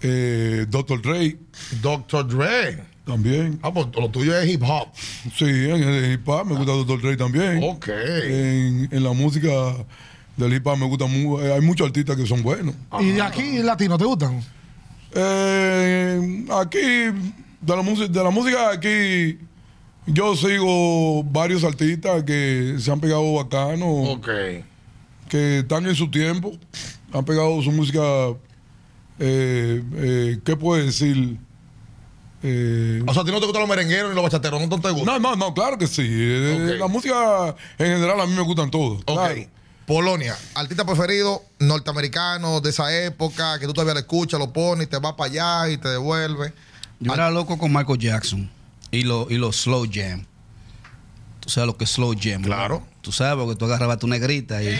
eh, Dr. Dre. Dr. Dre. También. Ah, pues lo tuyo es hip hop. Sí, en el hip hop me gusta Dr. Dre también. Ok. En, en la música del hip hop me gusta mucho. Hay muchos artistas que son buenos. ¿Y de Ah. aquí latino te gustan? Eh, aquí, de la, música de la música aquí, yo sigo varios artistas que se han pegado bacano. Ok. que están en su tiempo, han pegado su música, eh, eh, ¿qué puedo decir? Eh, O sea, a ti no te gustan los merengueros ni los bachateros, no te gustan. no, no, no, claro que sí. Eh, Ok. La música en general a mí me gustan todos. Ok. claro. Polonia, artista preferido norteamericano de esa época, que tú todavía le escuchas, lo pones, y te vas para allá y te devuelve. Yo era loco con Michael Jackson y los y los slow jam. Tú sabes lo que es slow jam. Claro. ¿no? Tú sabes porque tú agarrabas tu negrita y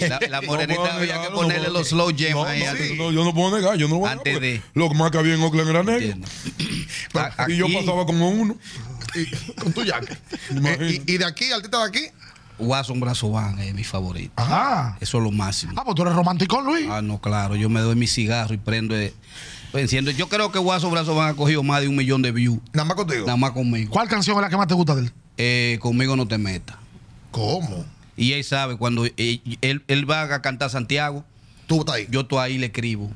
la, la morenita No puedo había que negarlo, ponerle no los slow jam No, ahí. no, antes. sí, no, yo no puedo negar, yo no lo voy a Antes negar. porque de- Lo que más que había en Oakland era negro. Entiendo. A- Y yo aquí, pasaba como uno. Y- [LAUGHS] con tu jaque. Imagínate. Eh, y, y de aquí, artista de aquí, Watson Brazo Van es mi favorito. Ajá. Eso es lo máximo. Ah, pues tú eres romántico, Luis. Ah, no, claro. Yo me doy mi cigarro y prendo. eh, enciendo. Yo creo que Guaso Brazo Van ha cogido más de un millón de views. nada más contigo. Nada más conmigo. ¿Cuál canción es la que más te gusta de él? Eh, conmigo no te metas. ¿Cómo? Y él sabe, cuando eh, él, él va a cantar Santiago, Tú estás ahí. yo tú ahí le escribo.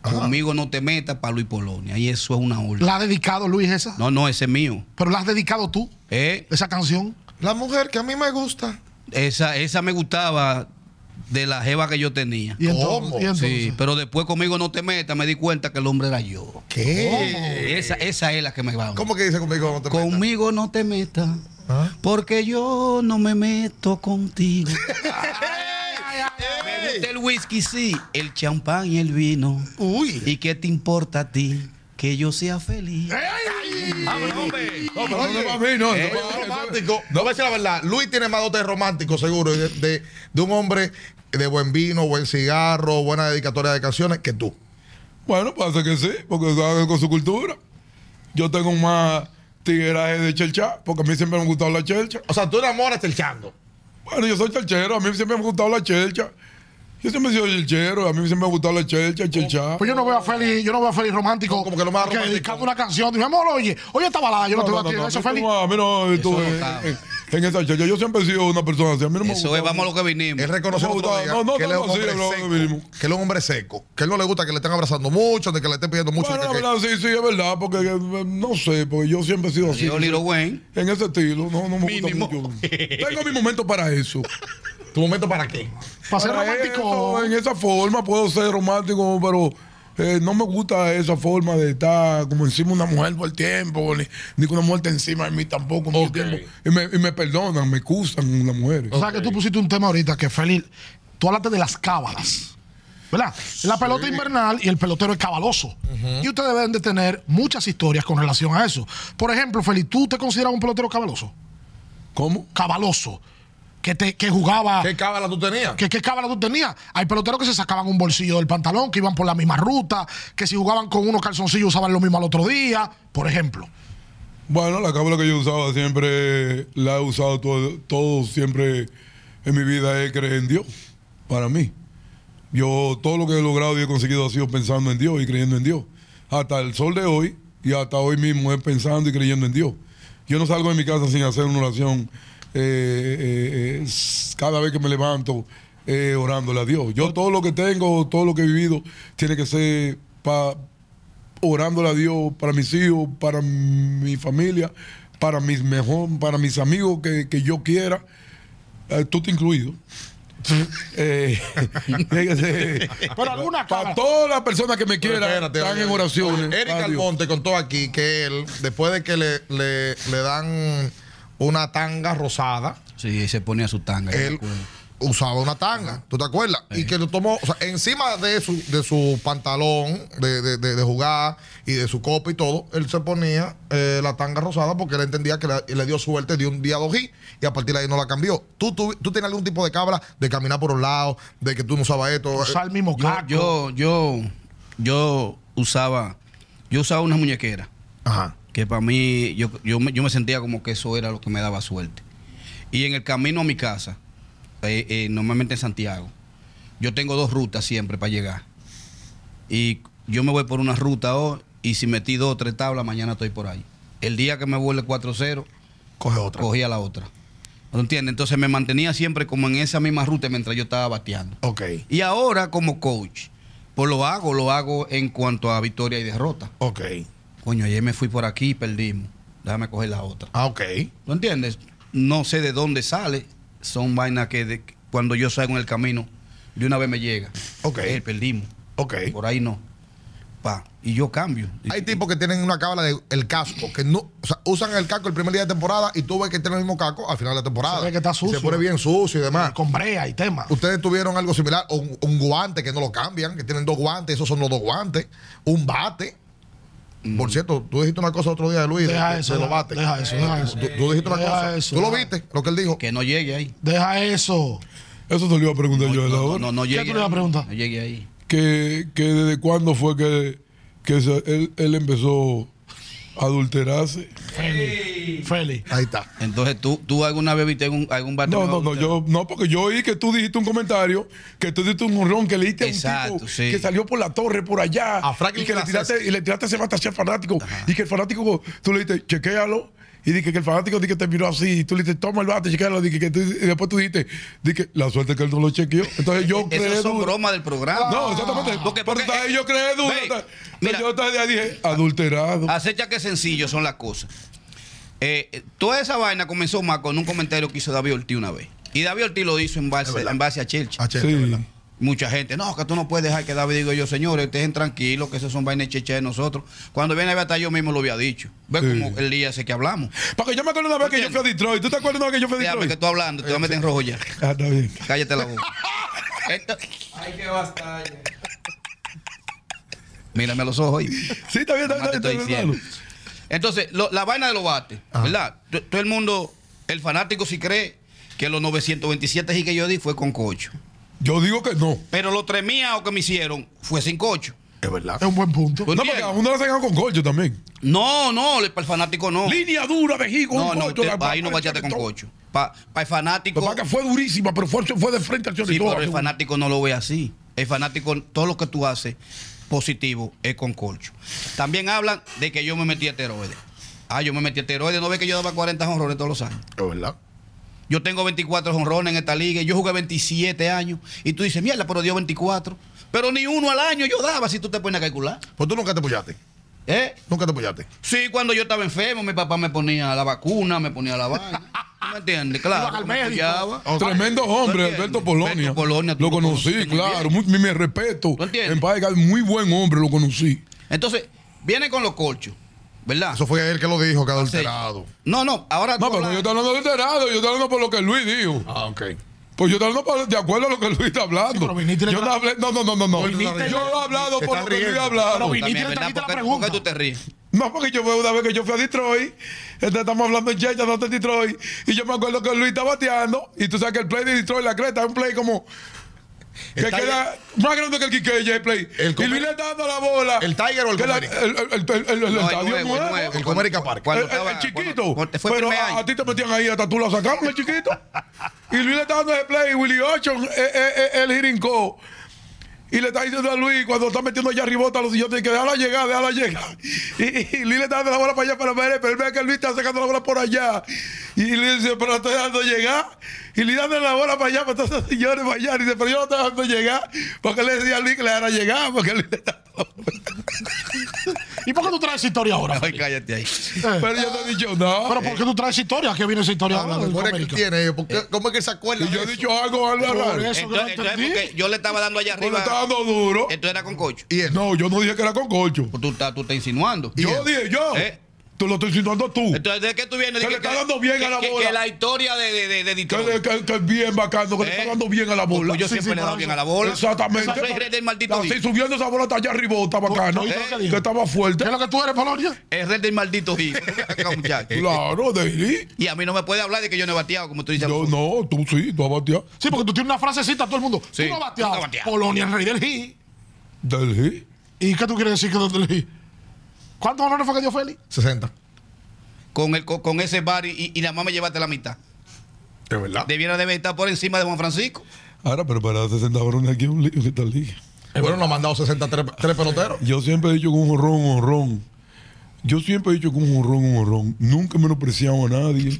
Conmigo no te metas para Luis Polonia. Y eso es una orden. ¿La has dedicado, Luis, esa? No, no, ese es mío. Pero la has dedicado tú, Eh, esa canción. La mujer que a mí me gusta. esa, esa me gustaba de la jeva que yo tenía. ¿Y entonces? ¿Cómo? ¿Y entonces? Sí, pero después conmigo no te metas, me di cuenta que el hombre era yo. ¿Qué? Esa, esa es la que me va. Eh. ¿Cómo que dice conmigo? No te metas? Conmigo no te metas, ¿Ah? porque yo no me meto [LAUGHS] contigo. ¡Ey! Me gusta el whisky, sí, el champán y el vino. Uy. ¿Y qué te importa a ti? que yo sea feliz. Vamos, hombre. No, pero no me va a mí, no. Eh, no, un eso- romántico. No voy a decir la verdad. Luis tiene más dotes románticos, seguro, de, de, de un hombre de buen vino, buen cigarro, buena dedicatoria de canciones que tú. Bueno, pasa que sí, porque sabe con su cultura. Yo tengo más tigueraje de chelcha, porque a mí siempre me ha gustado la chelcha. O sea, tú enamoras echando. Bueno, yo soy chelchero, a mí siempre me ha gustado la chelcha. Yo siempre he sido chelchero, a mí siempre me ha gustado la chelcha, chelcha. Pues yo no veo a Félix, yo no veo a Félix romántico. Como que lo más porque romántico. dedicando una canción, dije, amor, oye, oye esta balada, yo no, te voy a tirar eso, a mí Félix. tú- a mí no, tú, no en- estaba. en, en esa chelcha. Yo siempre he sido una persona así. A mí no me ha Eso es, gustado. vamos a lo que vinimos. Él reconoció No me otro gustaba. día No, no, que él es un no, hombre sí, no, seco, mínimo. que él es un hombre seco, que él no le gusta que le estén abrazando mucho, ni que le estén pidiendo mucho. Bueno, ni la que- verdad, sí, sí, es verdad, porque eh, no sé, porque yo siempre he sido así. Yo, Lilo Wayne. En ese estilo, no, no me Mínimo. [LAUGHS] gusta mucho. Tengo mi momento para eso. ¿Tu momento para qué? Para ser Para romántico. eso, en esa forma puedo ser romántico, pero eh, no me gusta esa forma de estar como encima de una mujer por el tiempo, ni, ni con una mujer está encima de mí tampoco. por el Ok. tiempo. Y, me, y me perdonan, me excusan las mujeres. O sea, que tú pusiste un tema ahorita que Félix, tú hablaste de las cábalas. ¿Verdad? La pelota invernal y el pelotero es cabaloso. Y ustedes deben de tener muchas historias con relación a eso. Por ejemplo, Félix, ¿tú te consideras un pelotero cabaloso? ¿Cómo? Cabaloso. Que, te, que jugaba. ¿Qué cábala tú tenías? ¿Qué, ¿Qué cábala tú tenías? Hay peloteros que se sacaban un bolsillo del pantalón, que iban por la misma ruta, que si jugaban con unos calzoncillos usaban lo mismo al otro día, por ejemplo. Bueno, la cámara que yo usaba siempre, la he usado todo, todo siempre en mi vida es creer en Dios, para mí. Yo todo lo que he logrado y he conseguido ha sido pensando en Dios y creyendo en Dios. Hasta el sol de hoy y hasta hoy mismo es pensando y creyendo en Dios. Yo no salgo de mi casa sin hacer una oración eh, eh, eh, s- cada vez que me levanto eh, orándole a Dios. Yo todo lo que tengo, todo lo que he vivido, tiene que ser para orándole a Dios para mis hijos, para mi familia, para mis mejor, para mis amigos que, que yo quiera, eh, tú te incluido. Eh, fíjese, Pero alguna cábala. para todas las personas que me Pero quieran, espérate, están oye, en oraciones. oye, Eric a Dios. Almonte contó aquí que él, después de que le, le, le dan una tanga rosada, Sí, se ponía su tanga. yo me él acuerdo. usaba una tanga, ¿tú te acuerdas? Y que lo tomó, o sea, encima de su, de su pantalón de, de, de- de jugar y de su copa y todo, él se ponía eh, la tanga rosada porque él entendía que le, le dio suerte de un día a dos y, y a partir de ahí no la cambió. ¿Tú, tú, tú tienes algún tipo de cabra de caminar por un lado, de que tú no usabas esto? Usar el mismo Pues, Yo, caco. yo, yo, yo usaba, yo usaba una muñequera. Ajá. que para mí yo, yo, me- yo me sentía como que eso era lo que me daba suerte. Y en el camino a mi casa, eh, eh, normalmente en Santiago, yo tengo dos rutas siempre para llegar. Y yo me voy por una ruta hoy y si metí dos o tres tablas, mañana estoy por ahí. El día que me vuelve 4-0, Coge otra. cogía la otra. ¿No entiendes? Entonces me mantenía siempre como en esa misma ruta mientras yo estaba bateando. Ok, Y ahora como coach, pues lo hago, lo hago en cuanto a victoria y derrota ok. coño, ayer me fui por aquí y perdimos. Déjame coger la otra. Ah, ok. ¿Lo entiendes? No sé de dónde sale. Son vainas que de- cuando yo salgo en el camino, de una vez me llega. Ok. Eh, perdimos. Ok. Por ahí no. Pa. Y yo cambio. Hay tipos que tienen una cábala del casco, que no, o sea, usan el casco el primer día de temporada y tú ves que tiene el mismo casco al final de la temporada. Se ve que está Y sucio. se pone bien sucio y demás. Eh, Con brea y tema. Ustedes tuvieron algo similar, o un, un guante que no lo cambian, que tienen dos guantes, esos son los dos guantes, un bate. Por cierto, tú dijiste una cosa otro día de Luis, de- Deja de, eso, de los deja- bates. deja eso, deja eso. Tú, tú dijiste una Deja cosa. eso, tú lo deja. viste, lo que él dijo. Que no llegue ahí. Deja eso. Eso te lo iba a preguntar yo de no, la no, hora. no, no ¿Qué llegue tú le vas a ahí. preguntar? No llegue ahí. Que, que desde cuándo fue que, que se- él, él empezó a adulterarse. Félix. Félix. Ahí está. Entonces tú, tú alguna vez viste algún, algún bate No, nuevo? no, no, yo, no, porque yo oí que tú dijiste un comentario, que tú dijiste un honrón que le diste a Exacto, un tipo sí. que salió por la torre, por allá, A Franklin y que le Gracesi. tiraste, y le tiraste ese batache al fanático, y que el fanático, tú le dijiste, chequéalo, y dije que el fanático dije, que te miró así, y tú le dijiste, toma el bate, chequéalo, dije, que tú- y después tú dijiste, dije, la suerte que él no lo chequeó, entonces [LAUGHS] yo creé Esas son duro. bromas del programa. No, exactamente, pero Porque- porque- entonces yo creé duro, Ve, entonces mira. Ah, yo entonces dije, adulterado. Acecha que sencillo son las cosas. Eh, eh, toda esa vaina comenzó más con un comentario que hizo David Ortiz una vez. Y David Ortiz lo hizo en base, en base a Churchill. Ah, che, Sí. ¿verdad? Mucha gente, no, que tú no puedes dejar que David digo yo, señores, ustedes tranquilos, que esos son vainas chichas de nosotros. Cuando viene a ver, hasta yo mismo lo había dicho. Ve Sí. como el día ese que hablamos. Porque yo me acuerdo una vez que yo fui a Detroit, ¿tú te acuerdas una vez que yo fui a Déjame que Detroit? tú hablando, te voy a meter en rojo ya. Ah, está bien. Cállate la boca. Esto- Ay, qué bastante. Mírame a los ojos. oye. Sí, está [LAUGHS] bien, está Nada bien, más está te estoy bien, diciendo. hermano. Entonces, lo- la vaina de los bates, ¿verdad? T- Todo el mundo, el fanático si cree que los 927 y que yo di fue con cocho. Yo digo que no. Pero los tres mías que me hicieron fue sin cocho. Es verdad. Es un buen punto. Pues no, bien. porque a uno la sacan con cocho también. No, no, le- para el fanático no. Línea dura, vejiga, Oh. No, un no, cocho. usted- la- ahí no bachaste con todo. cocho. Para el fanático. Lo que pasa es que fue durísima, pero fue, fue de frente al chorizo. Sí, pero el fanático no lo ve así. El fanático, todo lo que tú haces positivo es con colcho. También hablan de que yo me metí a esteroides. Ah, yo me metí a esteroides. No ve que yo daba 40 honrones todos los años. Es verdad. Yo tengo 24 honrones en esta liga. y Yo jugué 27 años. Y tú dices, mierda, pero dio 24. Pero ni uno al año yo daba si tú te pones a calcular. Pues tú nunca te apoyaste. ¿Eh? Nunca te apoyaste. Sí, cuando yo estaba enfermo, mi papá me ponía la vacuna, me ponía la vaina. ¿Tú me entiendes? Claro. Ibas al me médico. apoyaba. Tremendo hombre, entiendes? Alberto Polonia. Alberto Polonia, tú lo lo conocí, conociste muy claro. Muy, mi, mi respeto. ¿Tú entiendes? En paz, descanse, muy buen hombre, lo conocí. Entonces, viene con los colchos, ¿verdad? Eso fue él que lo dijo, que Sí. adulterado. No, no, ahora tú No, pero hablas- yo estoy hablando de alterado, yo estoy hablando por lo que Luis dijo. Ah, ok. Pues yo estoy hablando por- de acuerdo a lo que Luis está Sí, hablando. pero viniste y le yo no tra- hablé, no, no, no, no, no. viniste y Yo le- he hablado Te por estás lo que Luis riendo. ha hablado. Pero viniste- También, Ni ¿verdad? te trajiste ¿Por qué- la por qué pregunta. tú te ríes? No, porque yo veo una vez que yo fui a Detroit, entonces estamos hablando en Checha, no de Detroit, y yo me acuerdo que Luis está bateando, y tú sabes que el play de Detroit, la creta, es un play como que Está queda más grande que el Quiqueya, el play. El y Comer- Luis le está dando la bola. ¿El Tiger o el Que la- Comerica? El, el- el- el- el No, es estadio nuevo, es nuevo. nuevo. El Comerica Park. Cuando Eh, el, el estaba- chiquito. cuando- te fue el pero primer a, año. a ti te metían ahí, hasta tú lo sacaron, el chiquito. y Luis le está dando ese play, Willy Ocean, eh, eh, eh, el jirincó. Y le está diciendo a Luis, cuando está metiendo allá ribota a los sillones, que déjala llegar, déjala llegar. Y, y- y Luis le está dando la bola para allá, para ver, pero él ve que Luis está sacando la bola por allá. Y Luis dice, pero la estoy dejando llegar. Y Luis dando la bola para allá, para todos esos señores para allá. Y dice, pero yo no estoy dejando llegar. Porque le decía a Luis que le dejara llegar, porque Luis le está dando la bola. ¿Y por qué tú traes esa historia ahora? Ay, cállate ahí. Pero yo no he dicho nada. Eh. ¿Pero por qué tú traes esa historia? ¿A qué viene esa Ah, historia ahora? del ¿Cómo es que América? Ah, tiene? ¿Por qué- ¿Cómo es que se acuerda? Y yo he de eso? dicho algo, algo Por eso raro. que no Entonces, entonces, entendí. porque yo le estaba dando allá Porque arriba. le está dando duro. Esto era con cocho. Y él. No, yo no dije que era con colcho. Tú, estás- tú estás insinuando. Yo él? dije, yo. ¿Eh? Tú lo estoy insinuando tú. Entonces, ¿de qué tú vienes? Que Dije le está dando bien que- a la que- bola. Que la historia de, de, de, de Que, Detroit. le- que- que es bien bacano, que le ¿Eh? está dando bien a la bola. Pues yo Sí, siempre sí, le he dado por bien eso. a la bola. Exactamente. Eso es del maldito eh. Así Gil. subiendo esa bola hasta allá arriba, está bacano. ¿Oíste lo que Que dijo? estaba fuerte. ¿Qué es lo que tú eres, Polonia? Es red del maldito Gil. Acá, muchacho. Claro, de ahí. Y a mí no me puede hablar de que yo no he bateado, como tú dices. Yo, no, tú sí, tú has bateado. Sí, porque tú tienes una frasecita a todo el mundo. Sí, Tú no bateas. tú no bateas. Polonia, el rey del hit. Del Gil. ¿Y qué tú quieres decir que del hit? ¿Cuántos honores fue que dio Félix? 60. Con, el, con, con ese bar y, y, y nada más me llevaste la mitad. De Ah. verdad. Debiera de estar por encima de Juan Francisco. Ahora, pero para 60 varones aquí es un lío que está liga. Bueno, nos ha mandado 63 tres peloteros. Yo siempre he dicho que un jorrón, un jorrón. Yo siempre he dicho que un jorrón, un jorrón. Nunca menospreciamos a nadie.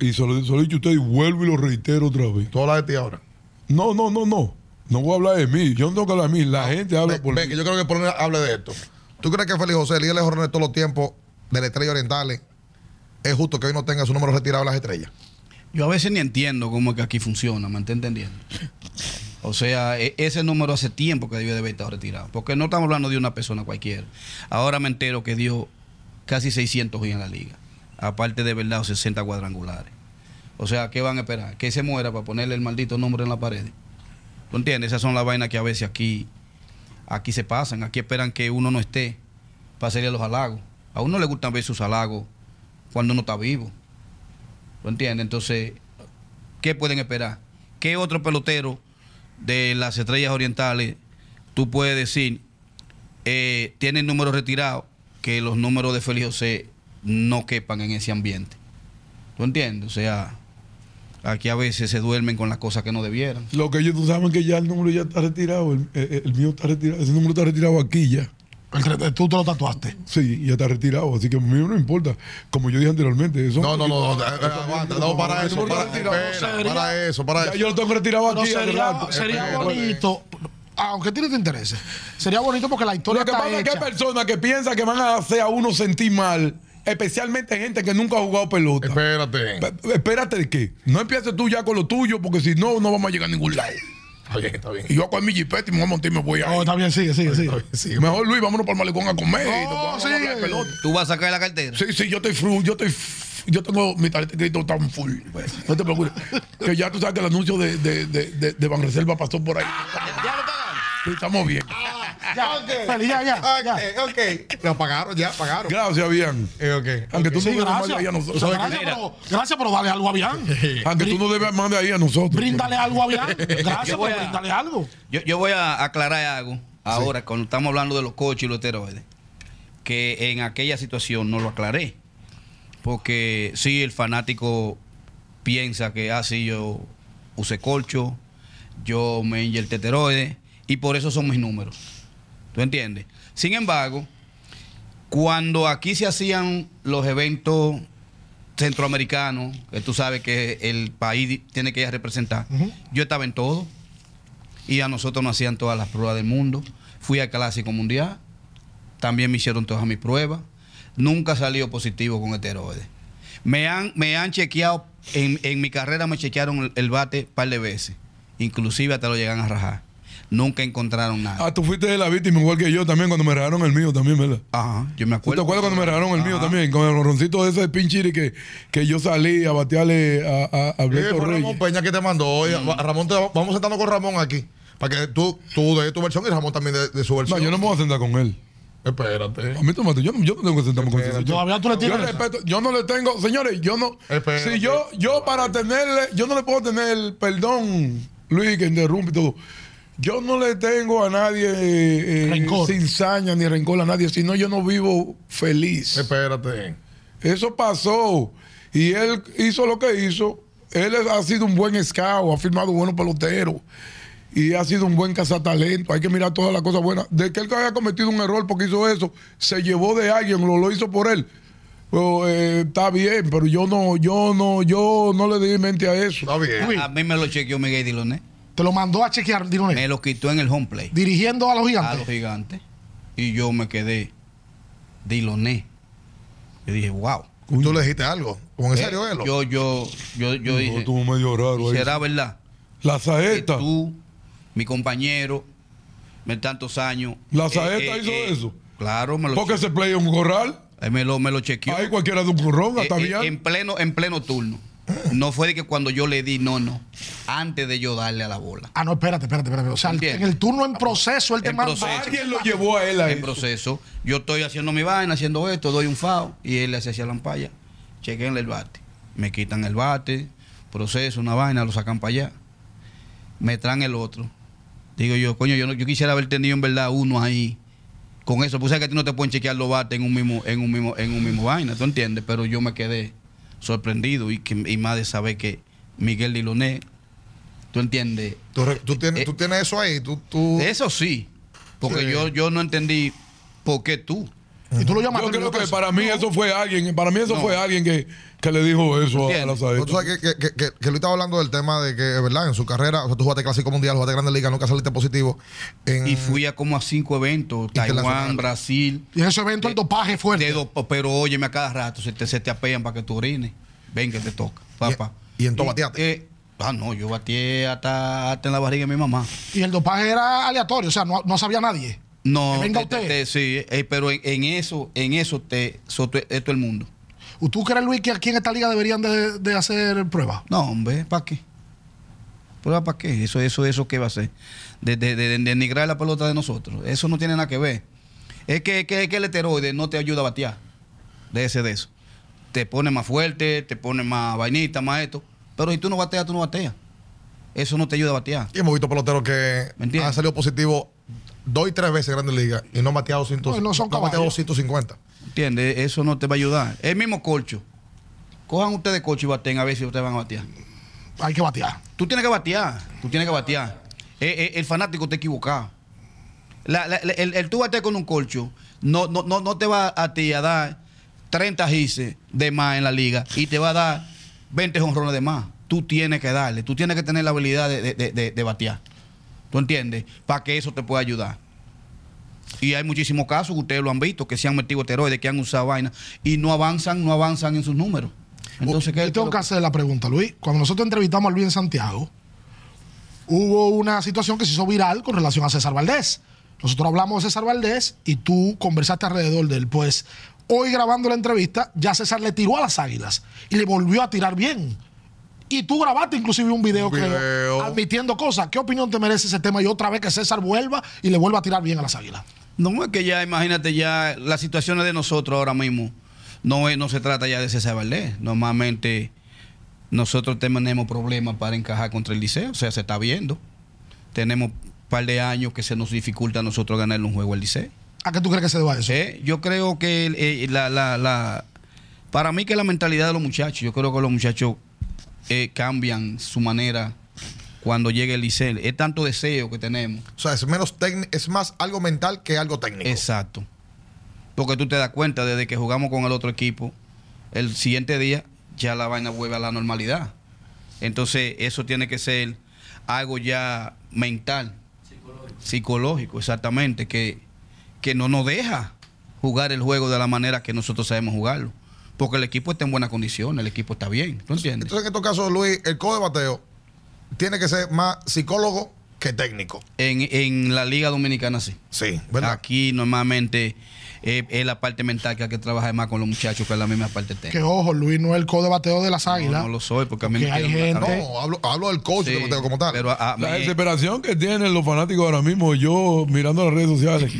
Y se lo, se lo he dicho a ustedes y vuelvo y lo reitero otra vez. Tú hablas de ti ahora. No, no, no, no. No voy a hablar de mí. Yo no tengo que hablar de mí. La gente habla Ve- por ve, mí. que yo creo que Polonia hable de esto. ¿Tú crees que Félix José, líder de jornales todos los tiempos de la Estrella Orientales, es justo que hoy no tenga su número retirado de las estrellas? Yo a veces ni entiendo cómo es que aquí funciona, ¿me está entendiendo? O sea, e- ese número hace tiempo que debió de haber estado retirado, porque no estamos hablando de una persona cualquiera. Ahora me entero que dio casi 600 hoy en la liga, aparte de verdad los 60 cuadrangulares. O sea, ¿qué van a esperar? Que se muera para ponerle el maldito nombre en la pared. ¿Tú entiendes? Esas son las vainas que a veces aquí, aquí se pasan, aquí esperan que uno no esté para hacerle los halagos. A uno le gustan ver sus halagos cuando uno está vivo. ¿Lo entiendes? Entonces, ¿qué pueden esperar? ¿Qué otro pelotero de las estrellas orientales tú puedes decir eh, tiene números retirados que los números de Félix José no quepan en ese ambiente? ¿Tú entiendes? O sea, aquí a veces se duermen con las cosas que no debieran. Lo que ellos no saben que ya el número ya está retirado. El, el- el mío está retirado. Ese número está retirado aquí ya. El tre- tú te lo tatuaste. Sí, ya está retirado. Así que a mí no me importa. Como yo dije anteriormente. Eso No, no, no, no, eh, eh, aguanta, no, para eso, para, espera, sería- para eso, para Ya eso. yo lo tengo retirado Pero aquí. hace sería, rato. sería Espera, bonito, eh, aunque tiene te interese, sería bonito porque la historia Lo que está pasa es que hay hecha. personas que piensan que van a hacer a uno sentir mal, especialmente gente que nunca ha jugado pelota. Espérate. Pe- Espérate de qué. No empieces tú ya con lo tuyo, porque si no, no vamos a llegar a ningún lado. Está bien, está bien. Y yo con mi jipete y me voy a montar y me voy a No, Oh, está bien, Oh, sigue, sigue, sigue. Sí, Mejor Luis, vámonos para el malecón a comer. y nos vamos a sigue. hablar de pelota. ¿Tú vas a sacar la cartera? Sí, sí, yo estoy full, yo estoy f- yo tengo mi tarjeta de crédito tan full. pues. No te preocupes. que ya tú sabes que el anuncio de, de, de, de- de Banreserva pasó por ahí. ¿Ya lo pagaron? Sí, Estamos bien. ya. Ok. Feli, ya, ya, Ok, ya. ok. Lo pagaron, ya, pagaron. Gracias, bien. Eh, ok. Aunque tú Sí, no debes gracias. mandar ahí a Gracias, nosotros. Mira. pero, gracias, pero dale algo a Bian. Aunque Ah, tú no debes mandar ahí a nosotros. Bríndale algo a Bian. Gracias, Yo voy pero a- bríndale algo. Yo, yo voy a aclarar algo ahora, cuando estamos hablando de los coches y los esteroides, que en aquella situación no lo aclaré. Porque sí, el fanático piensa que así yo usé colcho, yo me inyecté esteroides y por eso son mis números. ¿Tú entiendes? Sin embargo, cuando aquí se hacían los eventos centroamericanos, que tú sabes que el país tiene que ir a representar, yo estaba en todo y a nosotros nos hacían todas las pruebas del mundo. Fui al Clásico Mundial, también me hicieron todas mis pruebas. Nunca salió positivo con esteroides. Me han, me han chequeado, en, en mi carrera me chequearon el, el bate un par de veces, inclusive hasta lo llegan a rajar. Nunca encontraron nada. Ah, tú fuiste de la víctima igual que yo también cuando me regaron el mío también, ¿verdad? Ajá, yo ¿Tú me acuerdo. te acuerdas cuando me regaron el mío Ajá. también? Con el horroncito de ese pinchiri que, que yo salí a batearle a, a, a Eh, Alberto fue Ramón Reyes. Peña que te mandó hoy. Va- Ramón, te, vamos sentando con Ramón aquí. Para que tú, tú de tu versión y Ramón también de, de su No, versión. yo no me voy a sentar con él. Espérate. A mí tómate, yo, yo no tengo que sentarme con ese señor. Todavía tú le Yo tienes. respeto, yo no le tengo, señores, yo no. Espérate. Si yo, yo para tenerle, yo no le puedo tener, perdón, Luis, que interrumpe y todo. Yo no le tengo a nadie eh, eh, Rencor. sin saña ni rencor a nadie, sino yo no vivo Eh, feliz. Espérate. Eso pasó. Y él hizo lo que hizo. Él ha sido un buen scout, ha firmado buenos peloteros. Y ha sido un buen cazatalento. Hay que mirar todas las cosas buenas. De que él haya cometido un error porque hizo eso, se llevó de alguien, lo, lo hizo por él. Pero, eh, está bien, pero yo no, yo no, yo no le di mente a eso. Está bien. Uy. A mí me lo chequeó Miguel Diloné. Te lo mandó a chequear, Diloné. Me lo quitó en el home play. Dirigiendo a los a gigantes. los gigantes. Y yo me quedé Diloné. Yo dije, wow. Tú le dijiste algo. ¿Con ese serio Eh, Elo? Yo, yo, yo, yo dije, Estuvo medio raro ahí. ¿será verdad? La Que saeta. tú, mi compañero, de tantos años. eh, La Saeta hizo eso. Claro, me lo, Porque se playa un corral. eh, me lo, me lo chequeó. Ahí cualquiera de un corrón, Eh, hasta eh, bien. en pleno, en pleno turno. No fue de que cuando yo le di, no, no. Antes de yo darle a la bola. Ah, no, espérate, espérate, espérate. O sea, Entiendo. en el turno en proceso, él te En mandó. proceso. Alguien lo llevó a él a en eso. proceso. Yo estoy haciendo mi vaina, haciendo esto, doy un fao y él le hace hacia la ampalla. Chequenle el bate. Me quitan el bate, proceso, una vaina, lo sacan para allá. Me traen el otro. Digo yo, coño, yo, no, yo quisiera haber tenido en verdad uno ahí. Con eso, pues sabes que a ti no te pueden chequear los bates en un mismo, en un mismo, en un mismo vaina, ¿tú entiendes? Pero yo me quedé sorprendido y, que- y más de saber que Miguel Diloné, ¿tú entiendes? Tú, re- tú tienes, Eh. tú tienes eso ahí. Tú, tú... Eso sí, Uh. porque Sí. yo, yo no entendí por qué tú. Y tú lo llamaste. Yo creo que entonces. para mí eso fue alguien, para mí eso No. fue alguien que, que le dijo eso a- a la ¿Entiendes? Saeta. Tú sabes que, que, que, que- que Luis estaba hablando del tema de que, ¿verdad? En su carrera, o sea, tú jugaste Clásico Mundial, jugaste Grandes Ligas, nunca saliste positivo. En, Y fui a como a cinco eventos, Internacional. Taiwán, Brasil, Y en ese evento el dopaje fuerte. de dos- pero óyeme a cada rato, se te, se te apean para que tú orines. Ven que te toca, papá. y en todo bateaste? eh, ah, no, yo bateé hasta, hasta en la barriga de mi mamá. Y el dopaje era aleatorio, o sea, no, no sabía nadie. No, Que venga te- te- usted. te- sí, eh, pero en, en eso, en eso te so- te- es todo el mundo. ¿Tú crees, Luis, que aquí en esta liga deberían de, de hacer pruebas? No, hombre, ¿para qué? ¿Prueba para qué? Eso, eso, eso, ¿qué va a ser? De, de- de- de denigrar la pelota de nosotros. Eso no tiene nada que ver. Es que, que, que el esteroide no te ayuda a batear. De ese, de eso. Te pone más fuerte, te pone más vainita, más esto. Pero si tú no bateas, tú no bateas. Eso no te ayuda a batear. Y hemos visto peloteros que ¿Me entiendes? han salido positivo dos y tres veces en Grandes Ligas y no han bateado, 100, No, no son han bateado caballos. 150. ¿Entiendes? Eso no te va a ayudar. El mismo colcho. Cojan ustedes colcho y baten a ver si ustedes van a batear. Hay que batear. Tú tienes que batear. Tú tienes que batear. Eh, eh, el fanático está equivocado. La- la- la- el, el tú batear con un colcho no, no, no, no te va a ti a dar 30 gises de más en la liga y te va a dar 20 jonrones de más. Tú tienes que darle. Tú tienes que tener la habilidad de, de- de- de- de batear. ¿Tú entiendes? Para que eso te pueda ayudar. Y hay muchísimos casos, ustedes lo han visto, que se han metido esteroides, que han usado vainas y no avanzan, no avanzan en sus números. Entonces, ¿qué Yo tengo qué- que hacer la pregunta, Luis. Cuando nosotros entrevistamos a Luis en Santiago, hubo una situación que se hizo viral con relación a César Valdés. Nosotros hablamos de César Valdés y tú conversaste alrededor de él. Pues hoy grabando la entrevista, ya César le tiró a las águilas y le volvió a tirar bien. Y tú grabaste inclusive un video, Un creo, video. admitiendo cosas. ¿Qué opinión te merece ese tema? Y otra vez que César vuelva y le vuelva a tirar bien a las águilas. No es que ya, imagínate ya, las situaciones de nosotros ahora mismo, no, es- no se trata ya de César Valdés. Normalmente nosotros tenemos problemas para encajar contra el liceo, o sea, se está viendo. Tenemos un par de años que se nos dificulta a nosotros ganar un juego al liceo. ¿A qué tú crees que se deba eso? Eh, Yo creo que el- eh, la, la- la- para mí que la mentalidad de los muchachos, yo creo que los muchachos eh, cambian su manera cuando llegue el liceo. Es tanto deseo que tenemos. O sea, es menos técnico, es más algo mental que algo técnico. Exacto. Porque tú te das cuenta, desde que jugamos con el otro equipo, el siguiente día ya la vaina vuelve a la normalidad. Entonces, eso tiene que ser algo ya mental, psicológico, exactamente, que, que no nos deja jugar el juego de la manera que nosotros sabemos jugarlo. Porque el equipo está en buena condición, el equipo está bien, ¿tú entiendes? Entonces, en estos casos, Luis, el codo de bateo tiene que ser más psicólogo que técnico. En, en la Liga Dominicana sí. Sí, ¿verdad? Aquí normalmente eh, es la parte mental que hay que trabajar más con los muchachos que es la misma parte técnica. Que ojo, Luis no es el codebateo de las No, águilas. no lo soy porque a mí Porque me hay quieren gente- matar. No, hablo, hablo del coach Sí, de bateo como tal. Pero ah, eh, a- a La mí- desesperación que tienen los fanáticos ahora mismo, yo mirando las redes sociales,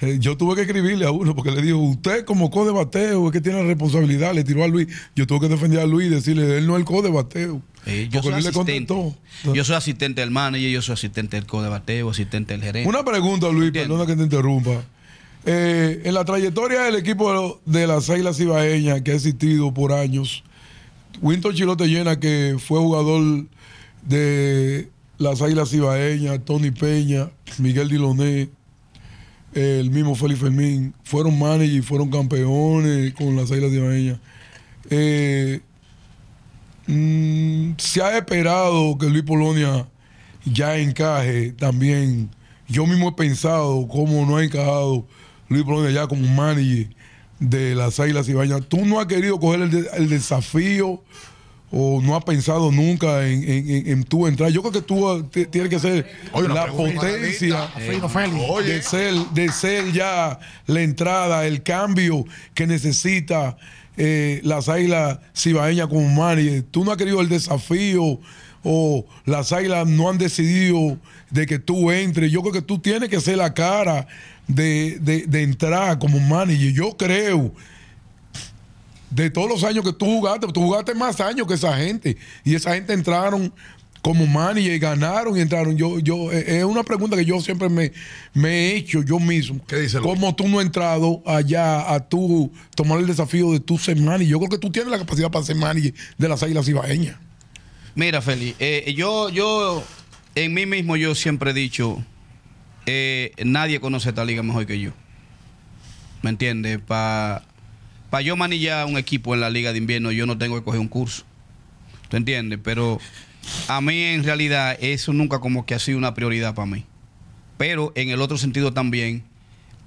eh, yo tuve que escribirle a uno porque le dijo, usted como co de bateo es que tiene responsabilidad, le tiró a Luis, yo tuve que defender a Luis y decirle, él no es el co de bateo. eh, yo Porque soy Luis le asistente. contestó. Yo soy asistente del manager, yo soy asistente del coach de bateo, asistente del gerente. Una pregunta, Luis, Entiendo. perdona que te interrumpa. Eh, en la trayectoria del equipo de lo- de las Águilas Ibaeñas que ha existido por años, Winton Chilote Llena, que fue jugador de las Águilas Ibaeñas, Tony Peña, Miguel Diloné, el mismo Félix Fermín, fueron manager y fueron campeones con las Águilas Ibaeñas. Eh, Mm, se ha esperado que Luis Polonia ya encaje también. Yo mismo he pensado cómo no ha encajado Luis Polonia ya como manager de las Águilas Ibañas. ¿Tú no has querido coger el, de- el desafío o no has pensado nunca en, en- en- en tú entrar? Yo creo que tú ah, te- tienes que ser Oye, una la pregunta, potencia Anita. Fino, Félix. Oye, de ser, de ser ya la entrada, el cambio que necesita eh, las águilas cibaeñas como Mari. Tú no has querido el desafío o las águilas no han decidido de que tú entres. Yo creo que tú tienes que ser la cara de, de- de entrar como manager. Yo creo. De todos los años que tú jugaste, tú jugaste más años que esa gente. Y esa gente entraron como manager y ganaron y entraron. Yo, yo, eh, es una pregunta que yo siempre me, me he hecho yo mismo. ¿Qué dice Luis? ¿Cómo tú no has entrado allá a tú tomar el desafío de tú ser manager? Yo creo que tú tienes la capacidad para ser manager de las águilas ibaeñas. Mira, Feli, eh, yo, yo, en mí mismo yo siempre he dicho, eh, nadie conoce esta liga mejor que yo. ¿Me entiendes? Para yo manillar un equipo en la liga de invierno, yo no tengo que coger un curso. ¿Tú entiendes? Pero a mí en realidad eso nunca como que ha sido una prioridad para mí. Pero en el otro sentido también,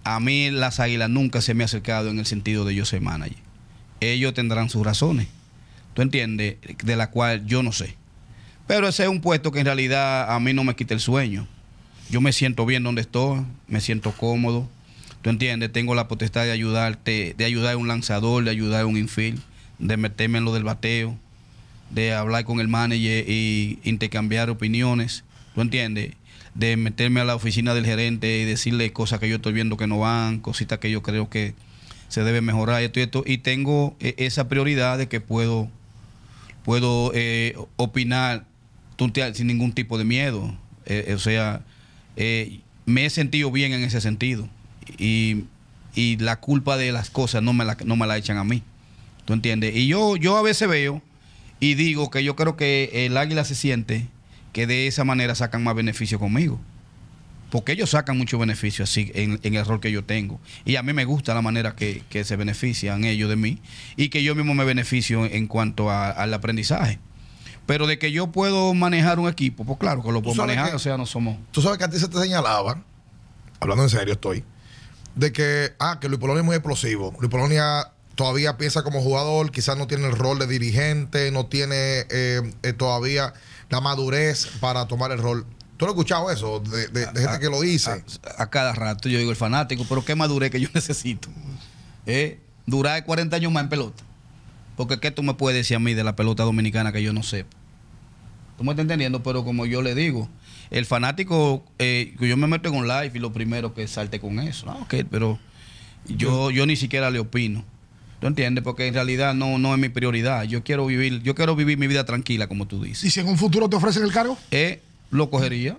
a mí las águilas nunca se me ha acercado en el sentido de yo ser manager. Ellos tendrán sus razones. ¿Tú entiendes? De la cual yo no sé. Pero ese es un puesto que en realidad a mí no me quita el sueño. Yo me siento bien donde estoy, me siento cómodo. ¿Tú entiendes? Tengo la potestad de ayudarte, de ayudar a un lanzador, de ayudar a un infield, de meterme en lo del bateo, de hablar con el manager y intercambiar opiniones. ¿Tú entiendes? De meterme a la oficina del gerente y decirle cosas que yo estoy viendo que no van, cositas que yo creo que se debe mejorar y esto y esto. Y tengo eh, esa prioridad de que puedo puedo eh, opinar tú te- sin ningún tipo de miedo. Eh, eh, o sea, eh, me he sentido bien en ese sentido. Y, y la culpa de las cosas no me la, no me la echan a mí. ¿Tú entiendes? Y yo, yo a veces veo y digo que yo creo que el águila se siente que de esa manera sacan más beneficio conmigo. Porque ellos sacan mucho beneficio así en, en el rol que yo tengo. Y a mí me gusta la manera que, que se benefician ellos de mí y que yo mismo me beneficio en cuanto a- al aprendizaje. Pero de que yo puedo manejar un equipo, pues claro que lo puedo sabes manejar, que- o sea, no somos. tú sabes que antes se te señalaba, hablando en serio estoy, de que, ah, que Luis Polonia es muy explosivo. Luis Polonia todavía piensa como jugador, quizás no tiene el rol de dirigente, no tiene eh, eh, todavía la madurez para tomar el rol. ¿Tú lo has escuchado eso? De, de- de gente que lo dice. a, a cada rato. Yo digo, el fanático, pero qué madurez que yo [LAUGHS] necesito. ¿Eh? Durar 40 años más en pelota. Porque ¿qué tú me puedes decir a mí de la pelota dominicana que yo no sepa? ¿Tú me estás entendiendo? Pero como yo le digo, el fanático, eh, que yo me meto en un live y lo primero que salte con eso. Ah, ok, pero yo, yo ni siquiera le opino. ¿Tú entiendes? Porque en realidad no, no es mi prioridad. Yo quiero vivir, yo quiero vivir mi vida tranquila, como tú dices. ¿Y si en un futuro te ofrecen el cargo? Eh, lo cogería.